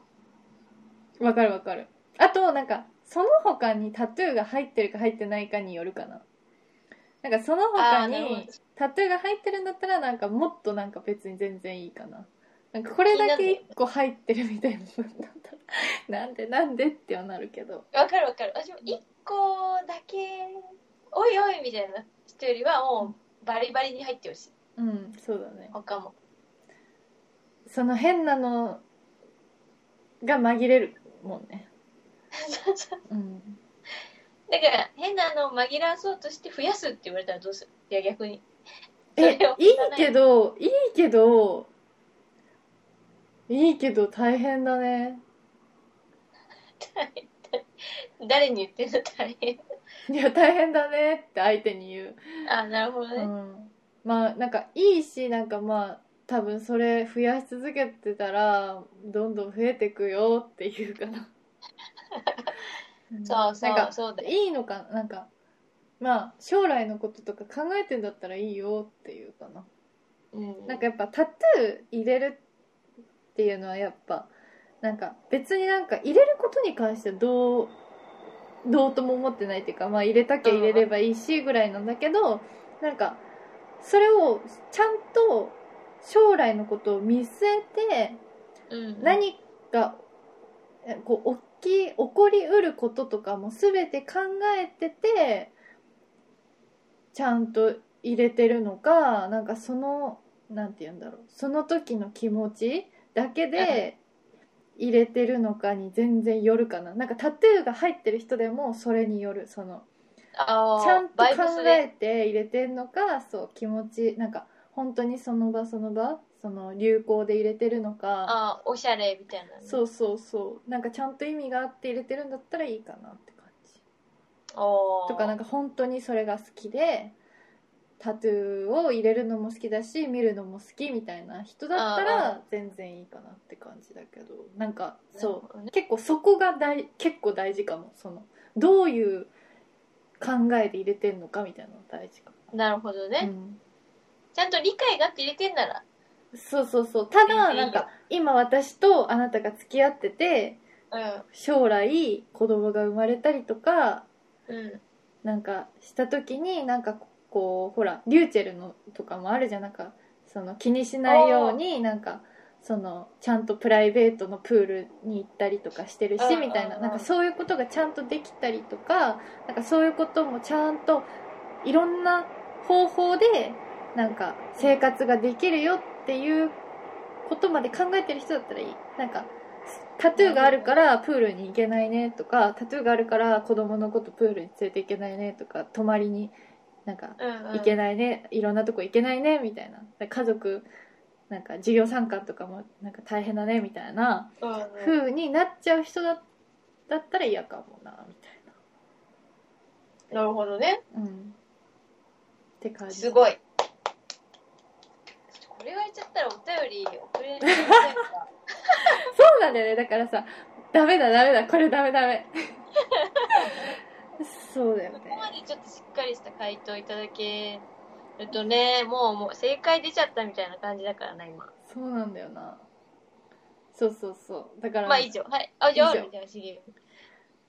[SPEAKER 2] わ、かるわかるあとなんかその他にタトゥーが入ってるか入ってないかによるかななんかその
[SPEAKER 1] あ
[SPEAKER 2] 他
[SPEAKER 1] あなるほど
[SPEAKER 2] にタトゥーが入ってるんだったらなんかもっとなんか別に全然いいかななんかこれだけ一個入ってるみたいななんでなんでってはなるけど
[SPEAKER 1] わかるわかる私も1個だけおいおいみたいな人よりはもうバリバリに入ってほしい
[SPEAKER 4] うん
[SPEAKER 2] そうだね
[SPEAKER 1] 他も
[SPEAKER 2] その変なのが紛れるもん ね
[SPEAKER 4] うん
[SPEAKER 1] だから変なのを紛らわそうとして増やすって言われたらどうするいや逆に
[SPEAKER 2] え
[SPEAKER 1] それを
[SPEAKER 2] いいけどいいけどいいけど大変だね
[SPEAKER 1] 誰に言ってんの大 変
[SPEAKER 2] いや大変だねって相手に言う
[SPEAKER 1] あなるほど
[SPEAKER 4] う
[SPEAKER 1] ね、
[SPEAKER 4] ん
[SPEAKER 2] まあなんかいいしなんかまあ多分それ増やし続けてたらどんどん増えてくよっていうかな
[SPEAKER 1] そうそう
[SPEAKER 2] なんか
[SPEAKER 1] そうだよ
[SPEAKER 2] いいのかなんかまあ将来のこととか考えてんだったらいいよっていうかな
[SPEAKER 1] うん
[SPEAKER 2] なんかやっぱタトゥー入れるっていうのはやっぱなんか別になんか入れることに関してはどうどうとも思ってないっていうかまあ入れたきゃ入れればいいしぐらいなんだけどなんかそれをちゃんと将来のことを見据えて
[SPEAKER 1] うん
[SPEAKER 2] 何かえこう起き起こりうることとかも全て考えててちゃんと入れてるのかなんかそのなんて言うんだろうその時の気持ちだけで入れてるのかに全然よるかななんかタトゥーが入ってる人でもそれによるその
[SPEAKER 1] あー
[SPEAKER 2] ちゃんと考
[SPEAKER 1] バイブス
[SPEAKER 2] え
[SPEAKER 1] で
[SPEAKER 2] て入れてんのかそう気持ちなんか本当にその場その場その流行で入れてるのか
[SPEAKER 1] あーおしゃれみたいなね、
[SPEAKER 2] そうそうそうなんかちゃんと意味があって入れてるんだったらいいかなって感じ
[SPEAKER 1] おー
[SPEAKER 2] とかなんか本当にそれが好きでタトゥーを入れるのも好きだし見るのも好きみたいな人だった
[SPEAKER 1] あ
[SPEAKER 2] ら全然いいかなって感じだけどなんか
[SPEAKER 1] なる
[SPEAKER 2] そ
[SPEAKER 1] ほど
[SPEAKER 2] う、
[SPEAKER 1] ね
[SPEAKER 2] 結構そこが大結構大事かもそのどういう考えで入れてんのかみたいなのが大事かも、
[SPEAKER 1] なるほどね、
[SPEAKER 2] うん
[SPEAKER 1] ちゃんと理解があって入れてんなら
[SPEAKER 2] そうそうそうた
[SPEAKER 1] 全然
[SPEAKER 2] だ
[SPEAKER 1] いいよ
[SPEAKER 2] なんか今私とあなたが付き合ってて将来子供が生まれたりとか
[SPEAKER 1] うんうん
[SPEAKER 2] なんかした時になんかこうほらリューチェルのとかもあるじゃんなんかその気にしないようになんかそのちゃんとプライベートのプールに行ったりとかしてる
[SPEAKER 1] うんうん
[SPEAKER 2] し
[SPEAKER 1] うん
[SPEAKER 2] みたいななんかそういうことがちゃんとできたりとかなんかそういうこともちゃんといろんな方法でなんか生活ができるよっていうことまで考えてる人だったらいいなんかタトゥーがあるからプールに行けないねとかタトゥーがあるから子供のことプールに連れて行けないねとか泊まりになんか
[SPEAKER 1] うんうん
[SPEAKER 2] 行けないね、いろんなとこ行けないねみたいなで家族なんか授業参観とかもなんか大変だねみたいな
[SPEAKER 1] うんうん
[SPEAKER 2] 風になっちゃう人だだったら嫌かもなみたい
[SPEAKER 1] なるほどね
[SPEAKER 2] なうんって感じ
[SPEAKER 1] すごいこれが言っちゃったらお便り送れない
[SPEAKER 2] そうなんだよねだからさダメだダメだこれダメダメ そうだよね
[SPEAKER 1] ここまでちょっとしっかりした回答いただけるとねもうもう正解出ちゃったみたいな感じだからな今
[SPEAKER 2] そうなんだよなそうそうそうだから、
[SPEAKER 1] まあ以上はいあじゃあ
[SPEAKER 2] 以上
[SPEAKER 1] みたいなしげ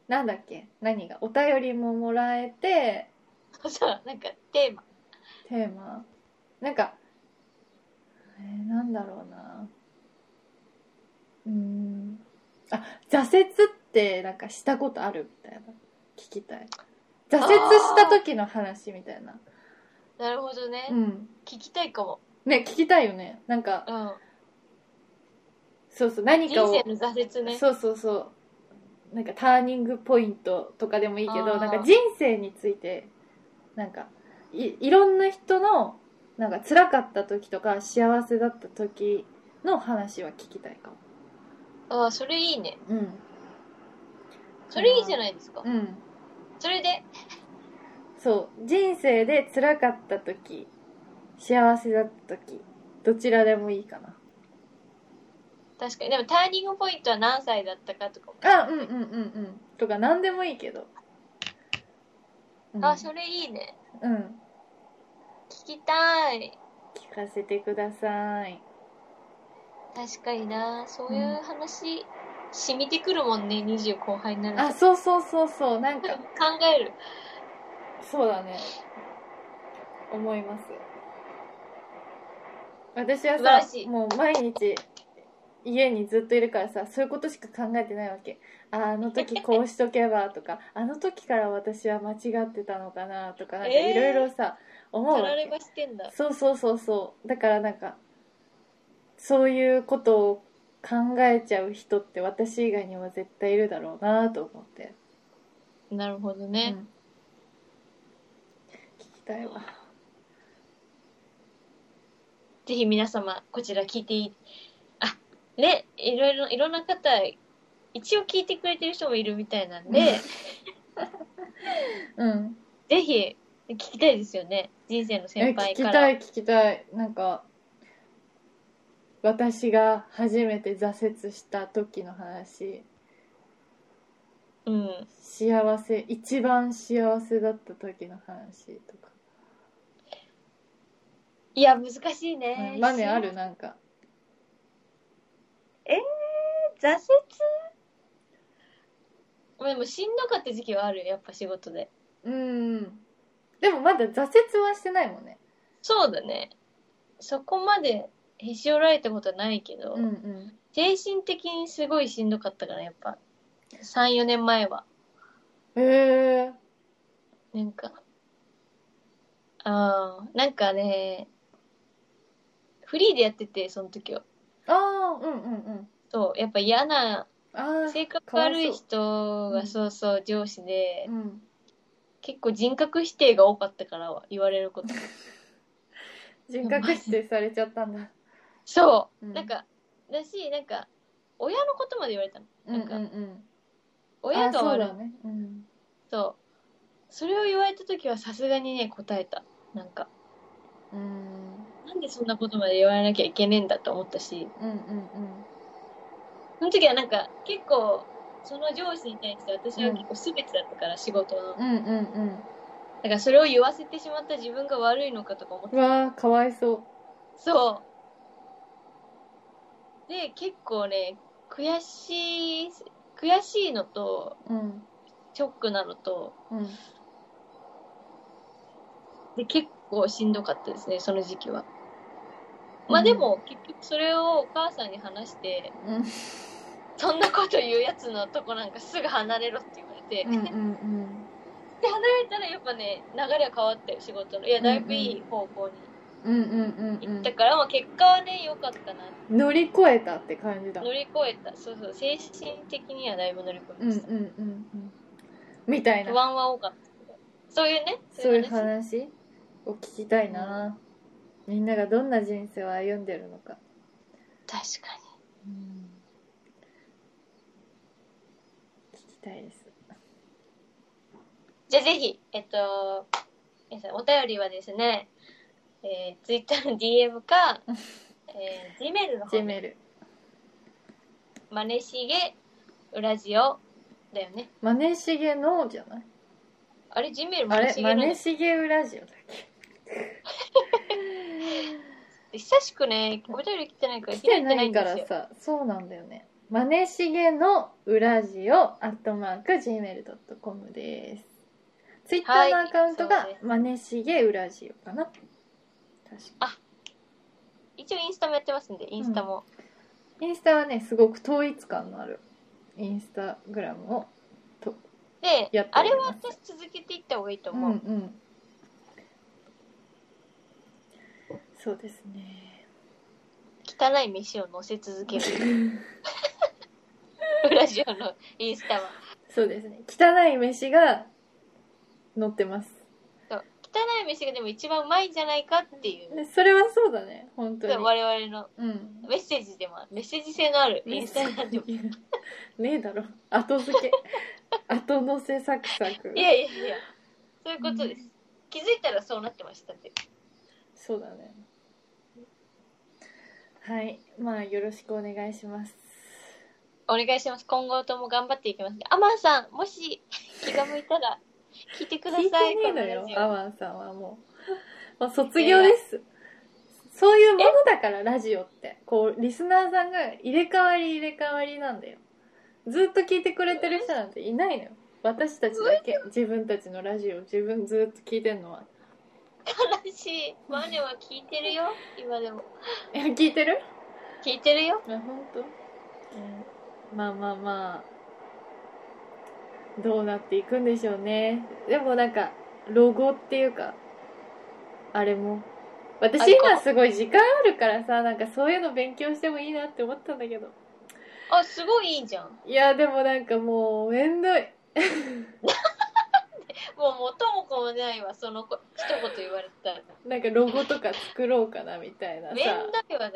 [SPEAKER 2] なんだっけ何がお便りももらえて
[SPEAKER 1] そうなんかテーマ
[SPEAKER 2] テーマなんかえー、なんだろうなうーんあ挫折ってなんかしたことあるみたいな聞きたい挫折した時の話みたいな
[SPEAKER 1] なるほどね、
[SPEAKER 2] うん
[SPEAKER 1] 聞きたいかも
[SPEAKER 2] ね聞きたいよねなんか
[SPEAKER 1] うん
[SPEAKER 2] そうそう何
[SPEAKER 1] 人
[SPEAKER 2] かを
[SPEAKER 1] 生の挫折ね
[SPEAKER 2] そうそうそうなんかターニングポイントとかでもいいけ
[SPEAKER 1] あ
[SPEAKER 2] ど
[SPEAKER 1] ー
[SPEAKER 2] なんか人生についてなんかいいろんな人のなんか辛かった時とか幸せだった時の話は聞きたいかも
[SPEAKER 1] ああそれいいね
[SPEAKER 2] うん
[SPEAKER 1] それいいじゃないですか
[SPEAKER 2] うん
[SPEAKER 1] それで
[SPEAKER 2] そう人生で辛かった時幸せだった時どちらでもいいかな
[SPEAKER 1] 確かにでもターニングポイントは何歳だったかとかも、
[SPEAKER 2] あうんうんうんうんとか何でもいいけど、うん、
[SPEAKER 1] あそれいいね
[SPEAKER 2] うん
[SPEAKER 1] 聞きたい
[SPEAKER 2] 聞かせてください
[SPEAKER 1] 確かになそういう話、染みてくるもんね20後輩になる
[SPEAKER 2] あ
[SPEAKER 1] と
[SPEAKER 2] そうそうそうそうなんか
[SPEAKER 1] 考える
[SPEAKER 2] そうだね思います私は
[SPEAKER 1] 素晴ら
[SPEAKER 2] さ
[SPEAKER 1] しい
[SPEAKER 2] もう毎日家にずっといるからさそういうことしか考えてないわけああの時こうしとけばとか あの時から私は間違ってたのかなとかなんか
[SPEAKER 1] えー
[SPEAKER 2] いろいろさ、思うわ
[SPEAKER 1] 取られ
[SPEAKER 2] け
[SPEAKER 1] ばしてんだ。
[SPEAKER 2] そうそうそうそうだからなんかそういうことを考えちゃう人って私以外には絶対いるだろうなと思って
[SPEAKER 1] なるほどね
[SPEAKER 2] う。ん聞きたいわ
[SPEAKER 1] ぜひ皆様、こちら聞いていい。あ、ね、いろいろ、いろんな方、一応聞いてくれてる人もいるみたいなんで、
[SPEAKER 2] うん
[SPEAKER 1] ぜひ、聞きたいですよね。人生の
[SPEAKER 2] え
[SPEAKER 1] 先
[SPEAKER 2] 聞
[SPEAKER 1] 輩
[SPEAKER 2] き
[SPEAKER 1] か
[SPEAKER 2] た
[SPEAKER 1] ら。
[SPEAKER 2] い聞きたいなんか私が初めて挫折した時の話
[SPEAKER 1] うん。
[SPEAKER 2] 幸せ一番幸せだった時の話とか、
[SPEAKER 1] いや、難しいね。
[SPEAKER 2] マネあるなんか
[SPEAKER 1] 挫折まあでもしんどかった時期はあるよやっぱ仕事で
[SPEAKER 2] うんでもまだ挫折はしてないもんね
[SPEAKER 1] そうだねそこまでへし折られたことはないけど、
[SPEAKER 2] うんうん
[SPEAKER 1] 精神的にすごいしんどかったからやっぱ34年前は
[SPEAKER 2] へえ
[SPEAKER 1] なんかああなんかねフリーでやっててその時は
[SPEAKER 2] ああうんうんうん
[SPEAKER 1] そうやっぱ嫌な
[SPEAKER 2] ああ
[SPEAKER 1] 性格
[SPEAKER 2] かわいそう
[SPEAKER 1] 悪い人
[SPEAKER 2] う
[SPEAKER 1] が
[SPEAKER 2] ん
[SPEAKER 1] そうそう上司で、
[SPEAKER 2] うん
[SPEAKER 1] 結構人格否定が多かったから言われること
[SPEAKER 2] 人格否定されちゃったんだ
[SPEAKER 1] そう、
[SPEAKER 2] うん
[SPEAKER 1] なんかだしなんか親のことまで言われたの
[SPEAKER 2] うんうん
[SPEAKER 1] な
[SPEAKER 2] うんん
[SPEAKER 1] 親が
[SPEAKER 2] あーそう
[SPEAKER 1] 悪い
[SPEAKER 2] だねうん
[SPEAKER 1] そうそれを言われた時はさすがにね答えたなんか
[SPEAKER 2] うん
[SPEAKER 1] なんでそんなことまで言われなきゃいけねえんだと思ったし
[SPEAKER 2] うんうんうん
[SPEAKER 1] その時はなんか結構その上司に対して私は結構全てだったから、仕事のだ
[SPEAKER 2] うんうんうん
[SPEAKER 1] からそれを言わせてしまった自分が悪いのかとか思って
[SPEAKER 2] うわあかわいそう
[SPEAKER 1] そうで結構ね悔しい悔しいのと
[SPEAKER 2] うん
[SPEAKER 1] ショックなのと
[SPEAKER 2] うん
[SPEAKER 1] で結構しんどかったですねその時期はまあでも、結局それをお母さんに話して
[SPEAKER 2] うん
[SPEAKER 1] そんなこと言うやつのとこなんかすぐ離れろって言われて、
[SPEAKER 2] うんうん
[SPEAKER 1] で離れたらやっぱね流れは変わったよ仕事のいやだいぶいい方向
[SPEAKER 2] うんうんうん
[SPEAKER 1] に
[SPEAKER 2] うん
[SPEAKER 1] 行ったから、まあ結果はね良かったな
[SPEAKER 2] 乗り越えたって感じだ
[SPEAKER 1] 乗り越えたそうそう精神的にはだいぶ乗り越え
[SPEAKER 2] う
[SPEAKER 1] ま
[SPEAKER 2] んうん
[SPEAKER 1] した、
[SPEAKER 2] うんうんみたい
[SPEAKER 1] 不
[SPEAKER 2] な
[SPEAKER 1] 安は多かったけどそういうね
[SPEAKER 2] そういう話を聞きたいなみんながどんな人生を歩んでるのか
[SPEAKER 1] 確かに
[SPEAKER 2] 聞きたいです
[SPEAKER 1] じゃあぜひ、えっと、皆さんお便りはですね、えー、Twitter の DM か、えー、Gmail の方
[SPEAKER 2] J
[SPEAKER 1] に、
[SPEAKER 2] メル
[SPEAKER 1] マネしげ、ウラジオ、だよね。
[SPEAKER 2] マネしげのじゃない
[SPEAKER 1] あれ、Gmail
[SPEAKER 2] あ
[SPEAKER 1] マネ
[SPEAKER 2] れ
[SPEAKER 1] しげ
[SPEAKER 2] マ
[SPEAKER 1] なん
[SPEAKER 2] ネ
[SPEAKER 1] です
[SPEAKER 2] しげウラジオだっ け
[SPEAKER 1] 久しくね、お便り来てないから
[SPEAKER 2] 来て
[SPEAKER 1] 開いて
[SPEAKER 2] な
[SPEAKER 1] ない
[SPEAKER 2] い
[SPEAKER 1] んで
[SPEAKER 2] か
[SPEAKER 1] す
[SPEAKER 2] ら
[SPEAKER 1] よ。
[SPEAKER 2] さそうなんだよねマネしげの裏ジオアットマーク Gmail.com ですツイッターのアカウント
[SPEAKER 1] はい
[SPEAKER 2] が
[SPEAKER 1] そうです
[SPEAKER 2] マネしげ裏ジオかな確か
[SPEAKER 1] 一応インスタもやってますんで、インスタも。
[SPEAKER 2] インスタはねすごく統一感のあるインスタグラムをやっ
[SPEAKER 1] で、
[SPEAKER 2] てお
[SPEAKER 1] あ
[SPEAKER 2] り
[SPEAKER 1] れは
[SPEAKER 2] ます
[SPEAKER 1] 私続けていった方がいいと
[SPEAKER 2] う
[SPEAKER 1] 思
[SPEAKER 2] ん
[SPEAKER 1] う。
[SPEAKER 2] うんそうですね
[SPEAKER 1] 汚い飯を載せ続ける。ウラジオのインスタは。
[SPEAKER 2] そうですね汚い飯が載ってます
[SPEAKER 1] そう汚い飯がでも一番うまいんじゃないかっていう。
[SPEAKER 2] でそれはそうだね本当に
[SPEAKER 1] 我々の
[SPEAKER 2] うん
[SPEAKER 1] メッセージでもあるメッセージ性のあるイ
[SPEAKER 2] ね
[SPEAKER 1] ンスタなんで も
[SPEAKER 2] ねえだろ後付 け後乗せサクサク
[SPEAKER 1] いやいやいやそういうことです、気づいたらそうなってましたって
[SPEAKER 2] そうだねはいまあよろしくお願いします
[SPEAKER 1] お願いします今後とも頑張っていきますアマンさんもし気が向いたら聞いてくださ
[SPEAKER 2] 聞
[SPEAKER 1] い
[SPEAKER 2] いてねえの
[SPEAKER 1] こラ
[SPEAKER 2] よ
[SPEAKER 1] ジオ
[SPEAKER 2] アワンさんはもう もう卒業ですそういうものだからラジオってこうリスナーさんが入れ替わり入れ替わりなんだよずっと聞いてくれてる人なんていないのよ私たちだけ自分たちのラジオ自分ずっと聞いてんのは
[SPEAKER 1] 悲しいマネは聞いてるよ今でも
[SPEAKER 2] え聞いてる
[SPEAKER 1] 聞いてるよ。
[SPEAKER 2] あ本当、まあまあまあどうなっていくんでしょうねでもなんかロゴっていうかあれも私今すごい時間あるからさなんかそういうの勉強してもいいなって思ったんだけど
[SPEAKER 1] あ、すごいいいじゃん。
[SPEAKER 2] いやでもなんかもうめんどい
[SPEAKER 1] もう元も子もないわ、その子、一言言われたら。
[SPEAKER 2] なんかロゴとか作ろうかなみたいなさ
[SPEAKER 1] めんどいわだ。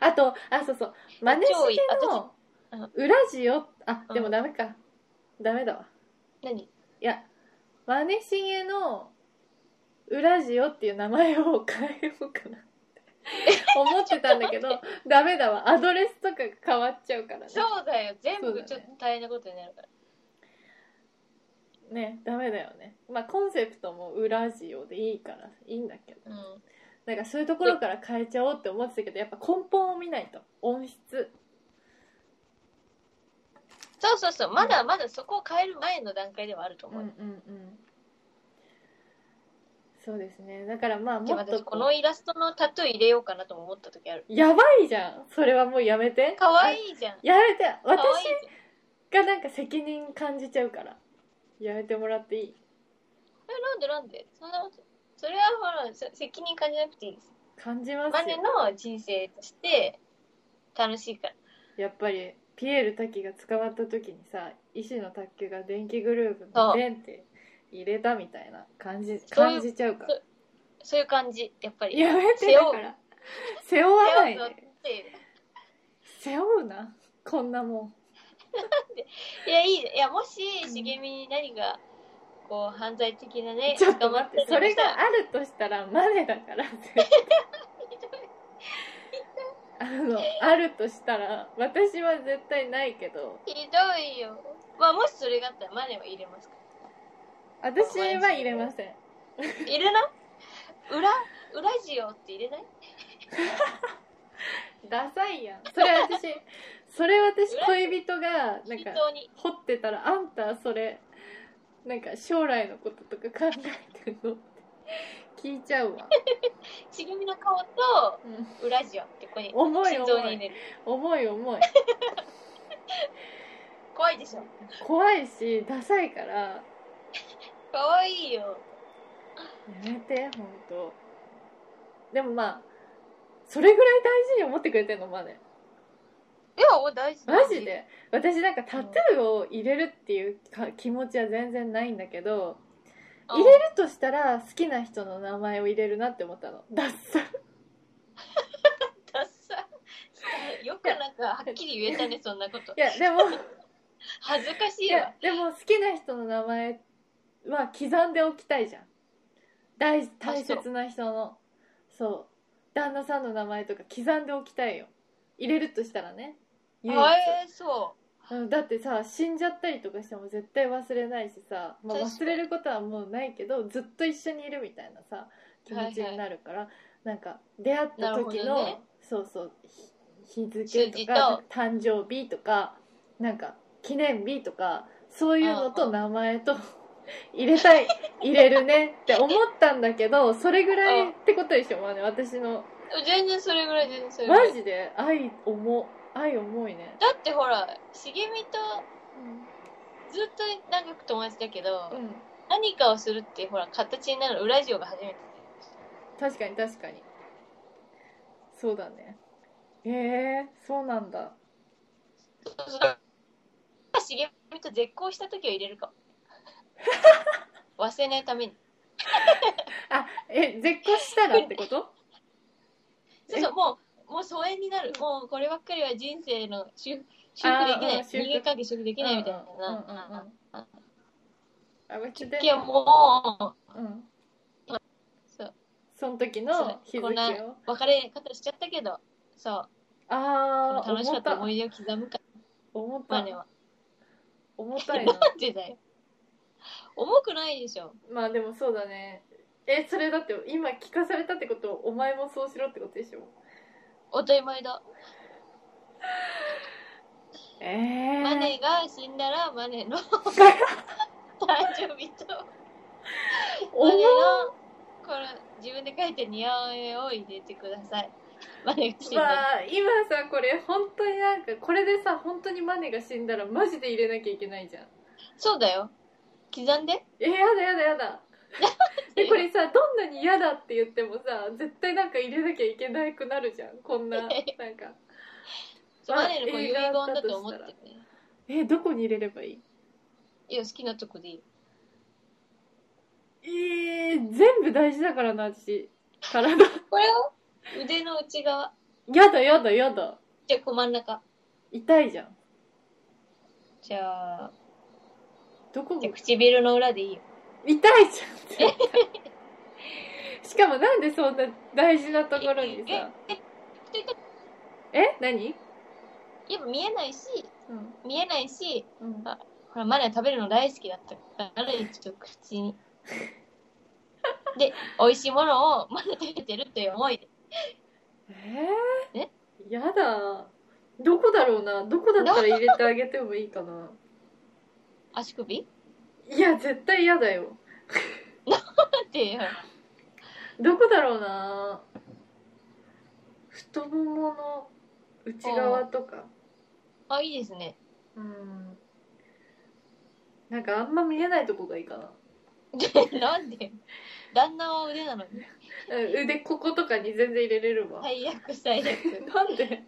[SPEAKER 2] あとあそうそう真似
[SPEAKER 1] 超いい
[SPEAKER 2] して
[SPEAKER 1] 私うん
[SPEAKER 2] の裏地をあでもダメか、ダメだわ
[SPEAKER 1] 何
[SPEAKER 2] いや、マネしげの裏ジオっていう名前を変えようかなって思ってたんだけど、ダメだわ。アドレスとかが変わっちゃうからね。
[SPEAKER 1] そうだよ。全
[SPEAKER 2] そうだ
[SPEAKER 1] 部
[SPEAKER 2] ね
[SPEAKER 1] ちょっと大変なことになるから。
[SPEAKER 2] ね、ダメだよね。まあコンセプトも裏ジオでいいから、いいんだけど。
[SPEAKER 1] うん。
[SPEAKER 2] なんかそういうところから変えちゃおうって思ってたけど、やっぱ根本を見ないと。音質。
[SPEAKER 1] そうそうそう。まだまだそこを変える前の段階ではあると思う。
[SPEAKER 2] うん。そうですね。だからまあ
[SPEAKER 1] で
[SPEAKER 2] も
[SPEAKER 1] も
[SPEAKER 2] っと
[SPEAKER 1] 私、こ
[SPEAKER 2] こ
[SPEAKER 1] の
[SPEAKER 2] う、
[SPEAKER 1] イラストのタトゥー入れようかなとも思った時ある。
[SPEAKER 2] やばいじゃん。それはもうやめて。
[SPEAKER 1] かわいいじゃん。
[SPEAKER 2] やめて。
[SPEAKER 1] か
[SPEAKER 2] 私
[SPEAKER 1] わいいじゃん。
[SPEAKER 2] がなんか責任感じちゃうからやめてもらっていい
[SPEAKER 1] え、なんでなんでそんなこと。それはほら、せ責任感じなくていいです。
[SPEAKER 2] 感じます
[SPEAKER 1] マネ
[SPEAKER 2] よ
[SPEAKER 1] の人生として楽しいから。
[SPEAKER 2] やっぱりピエール滝が捕まった時にさ医師の卓球が電気グループの「電」って入れたみたいな感じ
[SPEAKER 1] そういう
[SPEAKER 2] 感じちゃうか
[SPEAKER 1] そ
[SPEAKER 2] ら
[SPEAKER 1] そういう感じ、やっぱり。
[SPEAKER 2] やめて
[SPEAKER 1] 背
[SPEAKER 2] だ
[SPEAKER 1] 負
[SPEAKER 2] か
[SPEAKER 1] う。
[SPEAKER 2] ら背負わな
[SPEAKER 1] 背
[SPEAKER 2] い
[SPEAKER 1] 負うっ
[SPEAKER 2] で
[SPEAKER 1] ていう。
[SPEAKER 2] 背負うなこんなもん
[SPEAKER 1] いや、いいね。いや、もし、
[SPEAKER 2] ん
[SPEAKER 1] 茂みに何が、こう、犯罪的なね、
[SPEAKER 2] ちょっと待って
[SPEAKER 1] 捕ま
[SPEAKER 2] そ
[SPEAKER 1] る
[SPEAKER 2] れ
[SPEAKER 1] としたら
[SPEAKER 2] があるとしたらマネだからあのあるとしたら私は絶対ないけど
[SPEAKER 1] ひどいよ。まあ、もしそれがあったら、マネは入れますか
[SPEAKER 2] 私は入れません
[SPEAKER 1] ら。入れない裏、裏ジオって入れない
[SPEAKER 2] ダサいやんそれ 私それ私恋人がなん
[SPEAKER 1] 適
[SPEAKER 2] か
[SPEAKER 1] 当に。
[SPEAKER 2] 掘ってたらあんたそれなんか将来のこととか考えてんのって聞いち ゃうわ、
[SPEAKER 1] 茂みの顔と、
[SPEAKER 2] うん
[SPEAKER 1] 裏ジオって、ここに、
[SPEAKER 2] 重い
[SPEAKER 1] 心臓に
[SPEAKER 2] 重
[SPEAKER 1] 入
[SPEAKER 2] い
[SPEAKER 1] れる。
[SPEAKER 2] 重い重い
[SPEAKER 1] 怖いでしょ。
[SPEAKER 2] 怖いしダサいからや
[SPEAKER 1] かわいいよ。
[SPEAKER 2] めてほんとでもまあそれぐらい大事に思ってくれてんのまで
[SPEAKER 1] いや、お大事
[SPEAKER 2] マジで私なんかタトゥーを入れるっていうか気持ちは全然ないんだけど
[SPEAKER 1] うん
[SPEAKER 2] 入れるとしたら好きな人の名前を入れるなって思ったの ダッサ
[SPEAKER 1] ダッサいよくなんか、はっきり言えたね、そんなこと
[SPEAKER 2] い。やでも
[SPEAKER 1] 恥ずかし
[SPEAKER 2] い
[SPEAKER 1] いわ
[SPEAKER 2] や。でも好きな人の名前は刻んでおきたいじゃん大大切な人のそう旦那さんの名前とか刻んでおきたいよ入れるとしたらね唯一
[SPEAKER 1] あえー、そう。
[SPEAKER 2] うんだってさ死んじゃったりとかしても絶対忘れないしさ、まあ、
[SPEAKER 1] 確か
[SPEAKER 2] 忘
[SPEAKER 1] に
[SPEAKER 2] れることはもうないけどずっと一緒にいるみたいなさ気持ちになるから、なんか出会った
[SPEAKER 1] な
[SPEAKER 2] 時
[SPEAKER 1] るほ
[SPEAKER 2] の、
[SPEAKER 1] どね
[SPEAKER 2] そうそうひ日付と
[SPEAKER 1] 数字と
[SPEAKER 2] か誕生日とかなんか記念日とかそういうの
[SPEAKER 1] うんう
[SPEAKER 2] と
[SPEAKER 1] ん
[SPEAKER 2] 名前と 入れたい入れるねって思ったんだけどそれぐら
[SPEAKER 1] うん
[SPEAKER 2] いってことでしょ、まあね、私の
[SPEAKER 1] 全然それぐらい全然それぐらい
[SPEAKER 2] マジで愛重愛重いね。
[SPEAKER 1] だってほら茂みとずっと長く友達だけど、
[SPEAKER 2] うん
[SPEAKER 1] 何かをするってほら形になる裏ジオが初めて
[SPEAKER 2] 確かに確かにそうだねへえそうなんだ
[SPEAKER 1] そうそう茂みと絶交した時を入れるか も忘れないために
[SPEAKER 2] あえ絶交したらっ てこと
[SPEAKER 1] そうそうもうもう疎遠になるもうこればっかりは人生の修修復できな
[SPEAKER 2] あーうん
[SPEAKER 1] い
[SPEAKER 2] 修復
[SPEAKER 1] 人間関係修復できないみたい
[SPEAKER 2] うんうんうん
[SPEAKER 1] な
[SPEAKER 2] うんうんあ別で
[SPEAKER 1] いやも
[SPEAKER 2] うん
[SPEAKER 1] そう
[SPEAKER 2] その時
[SPEAKER 1] う
[SPEAKER 2] の日
[SPEAKER 1] そう
[SPEAKER 2] 付
[SPEAKER 1] こんな
[SPEAKER 2] を
[SPEAKER 1] 別れ方しちゃったけどそう
[SPEAKER 2] ああ
[SPEAKER 1] 楽しか
[SPEAKER 2] 重
[SPEAKER 1] った
[SPEAKER 2] た
[SPEAKER 1] 思い出を刻むか
[SPEAKER 2] 重た
[SPEAKER 1] ら
[SPEAKER 2] い
[SPEAKER 1] ね
[SPEAKER 2] な
[SPEAKER 1] は
[SPEAKER 2] 重たいな
[SPEAKER 1] なんでだよ重くないでしょ
[SPEAKER 2] まあでもそうだねえそれだって今聞かされたってことはお前もそうしろってことでしょ
[SPEAKER 1] 当たり前だ、
[SPEAKER 2] ええ
[SPEAKER 1] マネが死んだらマネ の誕生日とマネのこの自分で書いた似合いを入れてくださいマネが死ん
[SPEAKER 2] ま
[SPEAKER 1] だ。
[SPEAKER 2] あ今さこれ本当になんかこれでさ本当にマネが死んだらマジで入れなきゃいけないじゃん
[SPEAKER 1] そうだよ。刻んで。
[SPEAKER 2] えやだやだやだでこれさどんなに嫌だって言ってもさ絶対なんか入れなきゃいけなくなるじゃんこんな なんかまあ
[SPEAKER 1] マネのこう遺
[SPEAKER 2] 映
[SPEAKER 1] 言
[SPEAKER 2] 画
[SPEAKER 1] だ
[SPEAKER 2] だと
[SPEAKER 1] と思ってね。
[SPEAKER 2] えどこに入れればいい
[SPEAKER 1] いや、好きなとこでいい。
[SPEAKER 2] えー、全部大事だからな私体
[SPEAKER 1] これを腕の内側。
[SPEAKER 2] やだやだやだ
[SPEAKER 1] じゃあ、こう真ん中。
[SPEAKER 2] 痛いじゃん
[SPEAKER 1] じゃあ、
[SPEAKER 2] どこも
[SPEAKER 1] じゃあ唇の裏でいいよ。
[SPEAKER 2] 痛いじゃん しかもなんでそんな大事なところにさ
[SPEAKER 1] えええ
[SPEAKER 2] え何
[SPEAKER 1] やっぱ見えないし、
[SPEAKER 2] うん
[SPEAKER 1] 見えないし、
[SPEAKER 2] うん
[SPEAKER 1] ほら、マネは食べるの大好きだったから、一応口 に。で、美味しいものをマネ食べてるという思いで。
[SPEAKER 2] えー、
[SPEAKER 1] え
[SPEAKER 2] やだどこだろうなどこだったら入れてあげてもいいかな
[SPEAKER 1] 足首
[SPEAKER 2] いや絶対嫌だよ
[SPEAKER 1] だってよ、
[SPEAKER 2] どこだろうな太ももの内側とか
[SPEAKER 1] あ、いいですね。
[SPEAKER 2] うんなんかあんま見えないとこがいいかな
[SPEAKER 1] なんで旦那は腕なのに。
[SPEAKER 2] うん腕こことかに全然入れれるわ、
[SPEAKER 1] 最悪、最悪。
[SPEAKER 2] なんで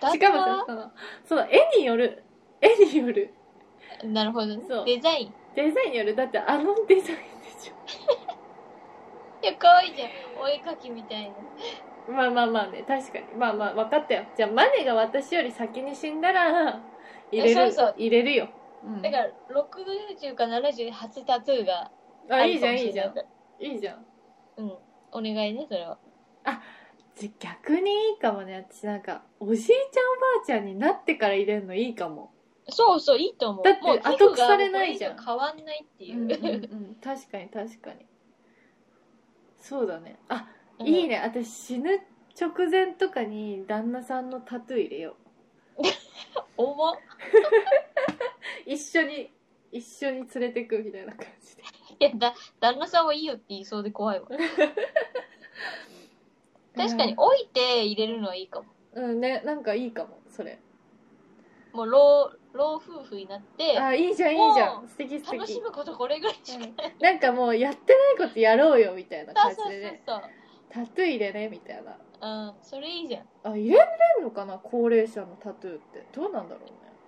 [SPEAKER 1] 旦
[SPEAKER 2] しか
[SPEAKER 1] 那
[SPEAKER 2] もさ
[SPEAKER 1] は
[SPEAKER 2] そのその絵による絵による
[SPEAKER 1] なるほどね
[SPEAKER 2] そう。
[SPEAKER 1] デザイン。
[SPEAKER 2] デザインによるだってあのデザインでし
[SPEAKER 1] いや、可愛いじゃん。お絵かきみたいな。
[SPEAKER 2] ょまあまあまあね確かにまあまあ分かったよじゃあマネが私より先に死んだら入れる
[SPEAKER 1] そうそう
[SPEAKER 2] 入れるよ
[SPEAKER 4] うん
[SPEAKER 1] だから、60か78タトゥーが
[SPEAKER 2] あ
[SPEAKER 1] る
[SPEAKER 2] いいじゃん
[SPEAKER 1] かも
[SPEAKER 2] い
[SPEAKER 1] し
[SPEAKER 2] いじ
[SPEAKER 1] れ
[SPEAKER 2] ゃ
[SPEAKER 1] なん
[SPEAKER 2] いいじゃん
[SPEAKER 1] うん。お願いね、それは。
[SPEAKER 2] じゃ逆にいいかもね私なんかおじいちゃんおばあちゃんになってから入れるのいいかも
[SPEAKER 1] そうそう、いいと思う。
[SPEAKER 2] だって
[SPEAKER 1] もう
[SPEAKER 2] 後
[SPEAKER 1] 皮膚が
[SPEAKER 2] 腐れないじゃん
[SPEAKER 1] もうこれ以上変わんないってい
[SPEAKER 4] うんう
[SPEAKER 1] う。
[SPEAKER 4] んうん
[SPEAKER 2] 確かに確かにそうだねあ
[SPEAKER 1] うん
[SPEAKER 2] いいね私死ぬ直前とかに旦那さんのタトゥー入れよう
[SPEAKER 1] 重っ
[SPEAKER 2] 一緒に一緒に連れてくみたいな感じで
[SPEAKER 1] いやだ旦那さんはいいよって言いそうで怖いわ確かに置いて入れるのはいいかも
[SPEAKER 2] うんねなんかいいかもそれ
[SPEAKER 1] もう老老夫婦になって
[SPEAKER 2] あいいじゃんいいじゃ
[SPEAKER 1] お
[SPEAKER 2] ん素敵素
[SPEAKER 1] 楽し
[SPEAKER 2] 敵
[SPEAKER 1] むことこれぐらいしかない、
[SPEAKER 2] なんかもうやってないことやろうよみたい
[SPEAKER 1] そ
[SPEAKER 2] な
[SPEAKER 1] う
[SPEAKER 2] 感
[SPEAKER 1] そう
[SPEAKER 2] じでね
[SPEAKER 1] そう
[SPEAKER 2] タトゥー入れねみたいな
[SPEAKER 1] そううんそれいいじゃん
[SPEAKER 2] あ入れられんのかな高齢者のタトゥーってどうなんだろ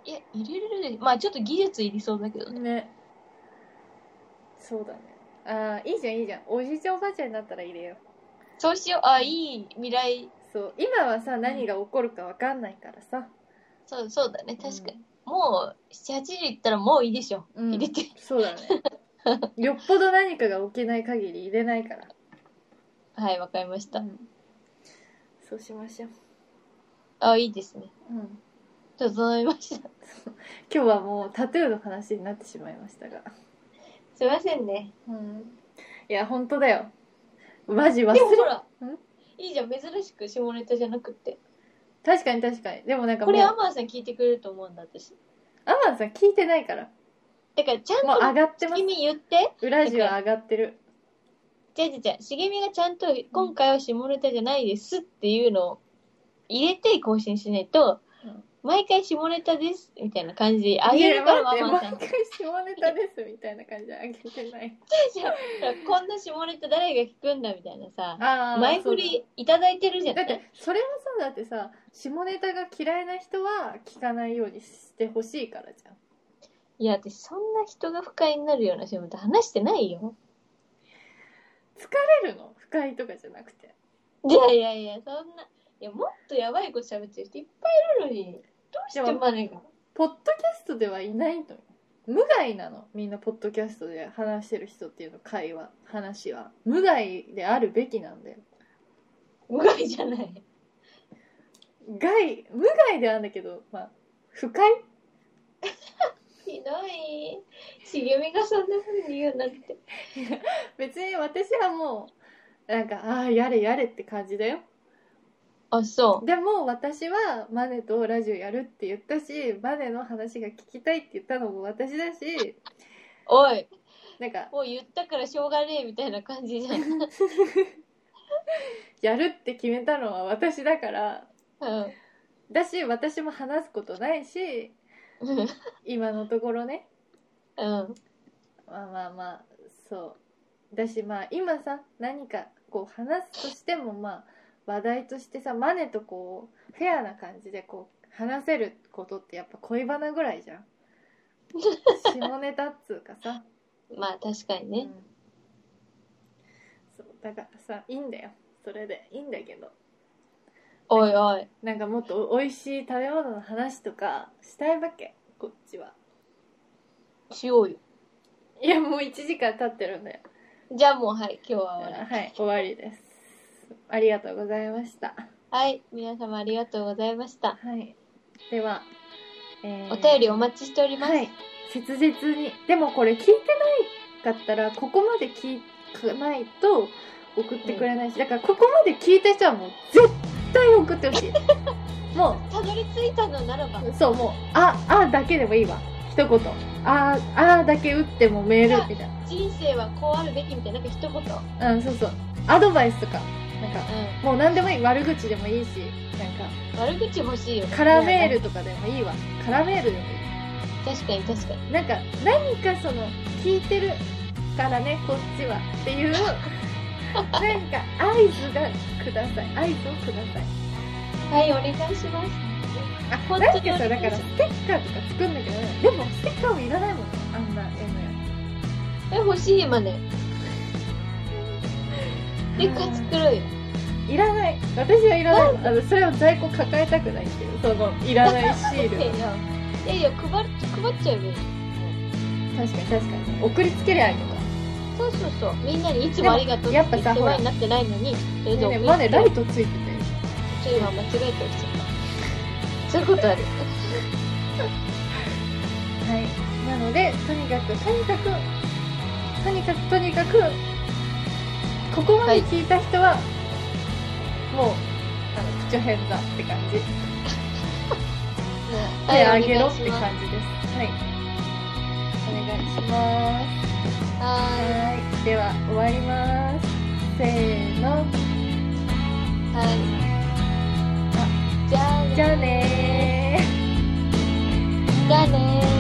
[SPEAKER 1] いや入れれるでまあちょっと技術いりそうだけど
[SPEAKER 2] う
[SPEAKER 1] ね
[SPEAKER 2] ねねそうだねあいいじゃんいいじゃんおじいちゃんおばあちゃんになったら入れよう
[SPEAKER 1] そうしようあいい未来
[SPEAKER 2] そう今はさ何が起こるかわかんないからさ、
[SPEAKER 1] そうそうだね確かに、もう780いったらもういいでしょ
[SPEAKER 2] うん
[SPEAKER 1] 入れて
[SPEAKER 2] そう だねよっぽど何かが起きない限り入れないから
[SPEAKER 1] はいわかりました、
[SPEAKER 2] うんそうしましょう、
[SPEAKER 1] あいいですね
[SPEAKER 2] うん、
[SPEAKER 1] 整いました
[SPEAKER 2] 今日はもうタトゥーの話になってしまいましたが、
[SPEAKER 1] すいませんね
[SPEAKER 2] うん、いや本当だよマジ忘れ
[SPEAKER 1] でもほ ら
[SPEAKER 2] ん、
[SPEAKER 1] いいじゃん、珍しく下ネタじゃなくて。
[SPEAKER 2] 確かに確かにでもなんか
[SPEAKER 1] こ
[SPEAKER 2] もう
[SPEAKER 1] れア
[SPEAKER 2] ア
[SPEAKER 1] マンさん聞いてくれると思うんだ、私。
[SPEAKER 2] マンさん聞いてないから
[SPEAKER 1] だから、ちゃん
[SPEAKER 2] もう上
[SPEAKER 1] と、
[SPEAKER 2] がってます
[SPEAKER 1] 君言って。
[SPEAKER 2] 裏地は上がってる
[SPEAKER 1] じゃあじゃあじゃあ茂みがちゃんと、今回は下ネタじゃないですっていうのを入れて更新しないと、
[SPEAKER 2] うん
[SPEAKER 1] 毎回下ネタです、みたいな感じで、あげるから、ア
[SPEAKER 2] いや
[SPEAKER 1] マン
[SPEAKER 2] 待
[SPEAKER 1] さん
[SPEAKER 2] って毎
[SPEAKER 1] が。
[SPEAKER 2] 回下ネタですみたいな感じで上げてない
[SPEAKER 1] じゃあこんな下ネタ誰が聞くんだ、みたいなさ、
[SPEAKER 2] あー
[SPEAKER 1] 前振りいただいてるじゃ
[SPEAKER 2] そうだだっ
[SPEAKER 1] ん
[SPEAKER 2] て。それはさだってさ下ネタが嫌いな人は聞かないようにしてほしいからじゃん
[SPEAKER 1] いや、私、そんな人が不快になるような下ネタ話してないよ。
[SPEAKER 2] 疲れるの不快とかじゃなくて
[SPEAKER 1] いやいやいや、そんな、いや、もっとやばいこと喋ってる人いっぱいいるのに、どうしてマネが。
[SPEAKER 2] ポッドキャストではいないのよ無害なのみんなポッドキャストで話してる人っていうの会話話は無害であるべきなんだよ
[SPEAKER 1] 無害じゃない。
[SPEAKER 2] 害無害であるんだけどまあ不快
[SPEAKER 1] ひどい。茂みがそんな風に言うなんて。
[SPEAKER 2] 別に私はもうなんかああやれやれって感じだよ
[SPEAKER 1] あ、そ
[SPEAKER 2] でも私はマネとラジオやるって言ったしマネの話が聞きたいって言ったのも私だし
[SPEAKER 1] う。おい、
[SPEAKER 2] なんか
[SPEAKER 1] もう言ったからしょうがねえみたいな感じじゃん。
[SPEAKER 2] やるって決めたのは私だから
[SPEAKER 1] うん。
[SPEAKER 2] だし私も話すことないし
[SPEAKER 1] うん
[SPEAKER 2] 今のところね
[SPEAKER 1] うん。
[SPEAKER 2] まあまあまあそうだしまあ今さ何かこう話すとしてもまあ話題としてさマネとこうフェアな感じでこう話せることってやっぱ恋バナぐらいじゃん下ネタっつうかさ、
[SPEAKER 1] まあ確かに
[SPEAKER 2] う
[SPEAKER 1] ね
[SPEAKER 2] ん。、そうだからさいいんだよそれでいいんだけど
[SPEAKER 1] おいおい。
[SPEAKER 2] なんかもっと美味しい食べ物の話とかしたいわけこっちは
[SPEAKER 1] しようよ。
[SPEAKER 2] いやもう1時間経ってるんだよ
[SPEAKER 1] じゃあもうはい、今日は終わり。
[SPEAKER 2] はい終わりですありがとうございました
[SPEAKER 1] はい、皆様ありがとうございました。
[SPEAKER 2] はい。では、えー
[SPEAKER 1] お便りお待ちしております。
[SPEAKER 2] はい。切実に。でもこれ聞いてないかったら、ここまで聞かないと送ってくれないし、だからここまで聞いた人はもう絶対送ってほ しい。も
[SPEAKER 1] たどり着いたのならば、
[SPEAKER 2] う、そう、もう、あ、あだけでもいいわ。一言。あ、あだけ打ってもメールみたい
[SPEAKER 1] 人生はこうあるべきみたいな、なんか一言。うん。
[SPEAKER 2] な。うん、そうそう。アドバイスとか、なんか、もう何でもいい。悪口でもいいし、なんか、
[SPEAKER 1] 悪口欲しいよね。
[SPEAKER 2] カラメールとかでもいいわ。カラメールでもいい。
[SPEAKER 1] 確かに確かに。
[SPEAKER 2] なんか何かその聞いてるからねこっちはっていうなんか合図がください合図をください
[SPEAKER 1] はい、お願いします。
[SPEAKER 2] あ
[SPEAKER 1] 本当
[SPEAKER 2] なん
[SPEAKER 1] に
[SPEAKER 2] かさだからステッカーとか作んなきゃダメだでもステッカーもいらないもんねあんな絵のや
[SPEAKER 1] え、欲しい今 ね。
[SPEAKER 2] つ
[SPEAKER 1] でっかい作ろうよ。
[SPEAKER 2] いらない私はいらないのあのそれを在庫抱えたくないっていうそのいらない シール
[SPEAKER 1] いやいや、いやいや配る配っちゃえばいいよ。
[SPEAKER 2] 確かに確かに送りつけりゃいいのか
[SPEAKER 1] そうそうそう。みんなにいつもありがとうって言
[SPEAKER 2] やっ
[SPEAKER 1] っ
[SPEAKER 2] ぱ
[SPEAKER 1] て
[SPEAKER 2] さほら
[SPEAKER 1] 前になってないのに、それ
[SPEAKER 2] ね
[SPEAKER 1] で
[SPEAKER 2] えね
[SPEAKER 1] 送
[SPEAKER 2] え
[SPEAKER 1] る
[SPEAKER 2] マネライトつ
[SPEAKER 1] ち
[SPEAKER 2] いてて
[SPEAKER 1] ょっと今間違えて起きちゃった。そういうことある。
[SPEAKER 2] はいなのでとにかくとにかくとにかくとにかくここまで聞いた人は、もうあの口を変だって感じ
[SPEAKER 1] は
[SPEAKER 2] 手
[SPEAKER 1] い、
[SPEAKER 2] あげろ
[SPEAKER 1] お
[SPEAKER 2] っ
[SPEAKER 1] 願
[SPEAKER 2] て
[SPEAKER 1] いします
[SPEAKER 2] 感じですはいお願いします
[SPEAKER 1] は
[SPEAKER 2] はいでは終わりますせーの
[SPEAKER 1] ーい。はい。じゃあね
[SPEAKER 2] じゃあねー
[SPEAKER 1] じゃあねー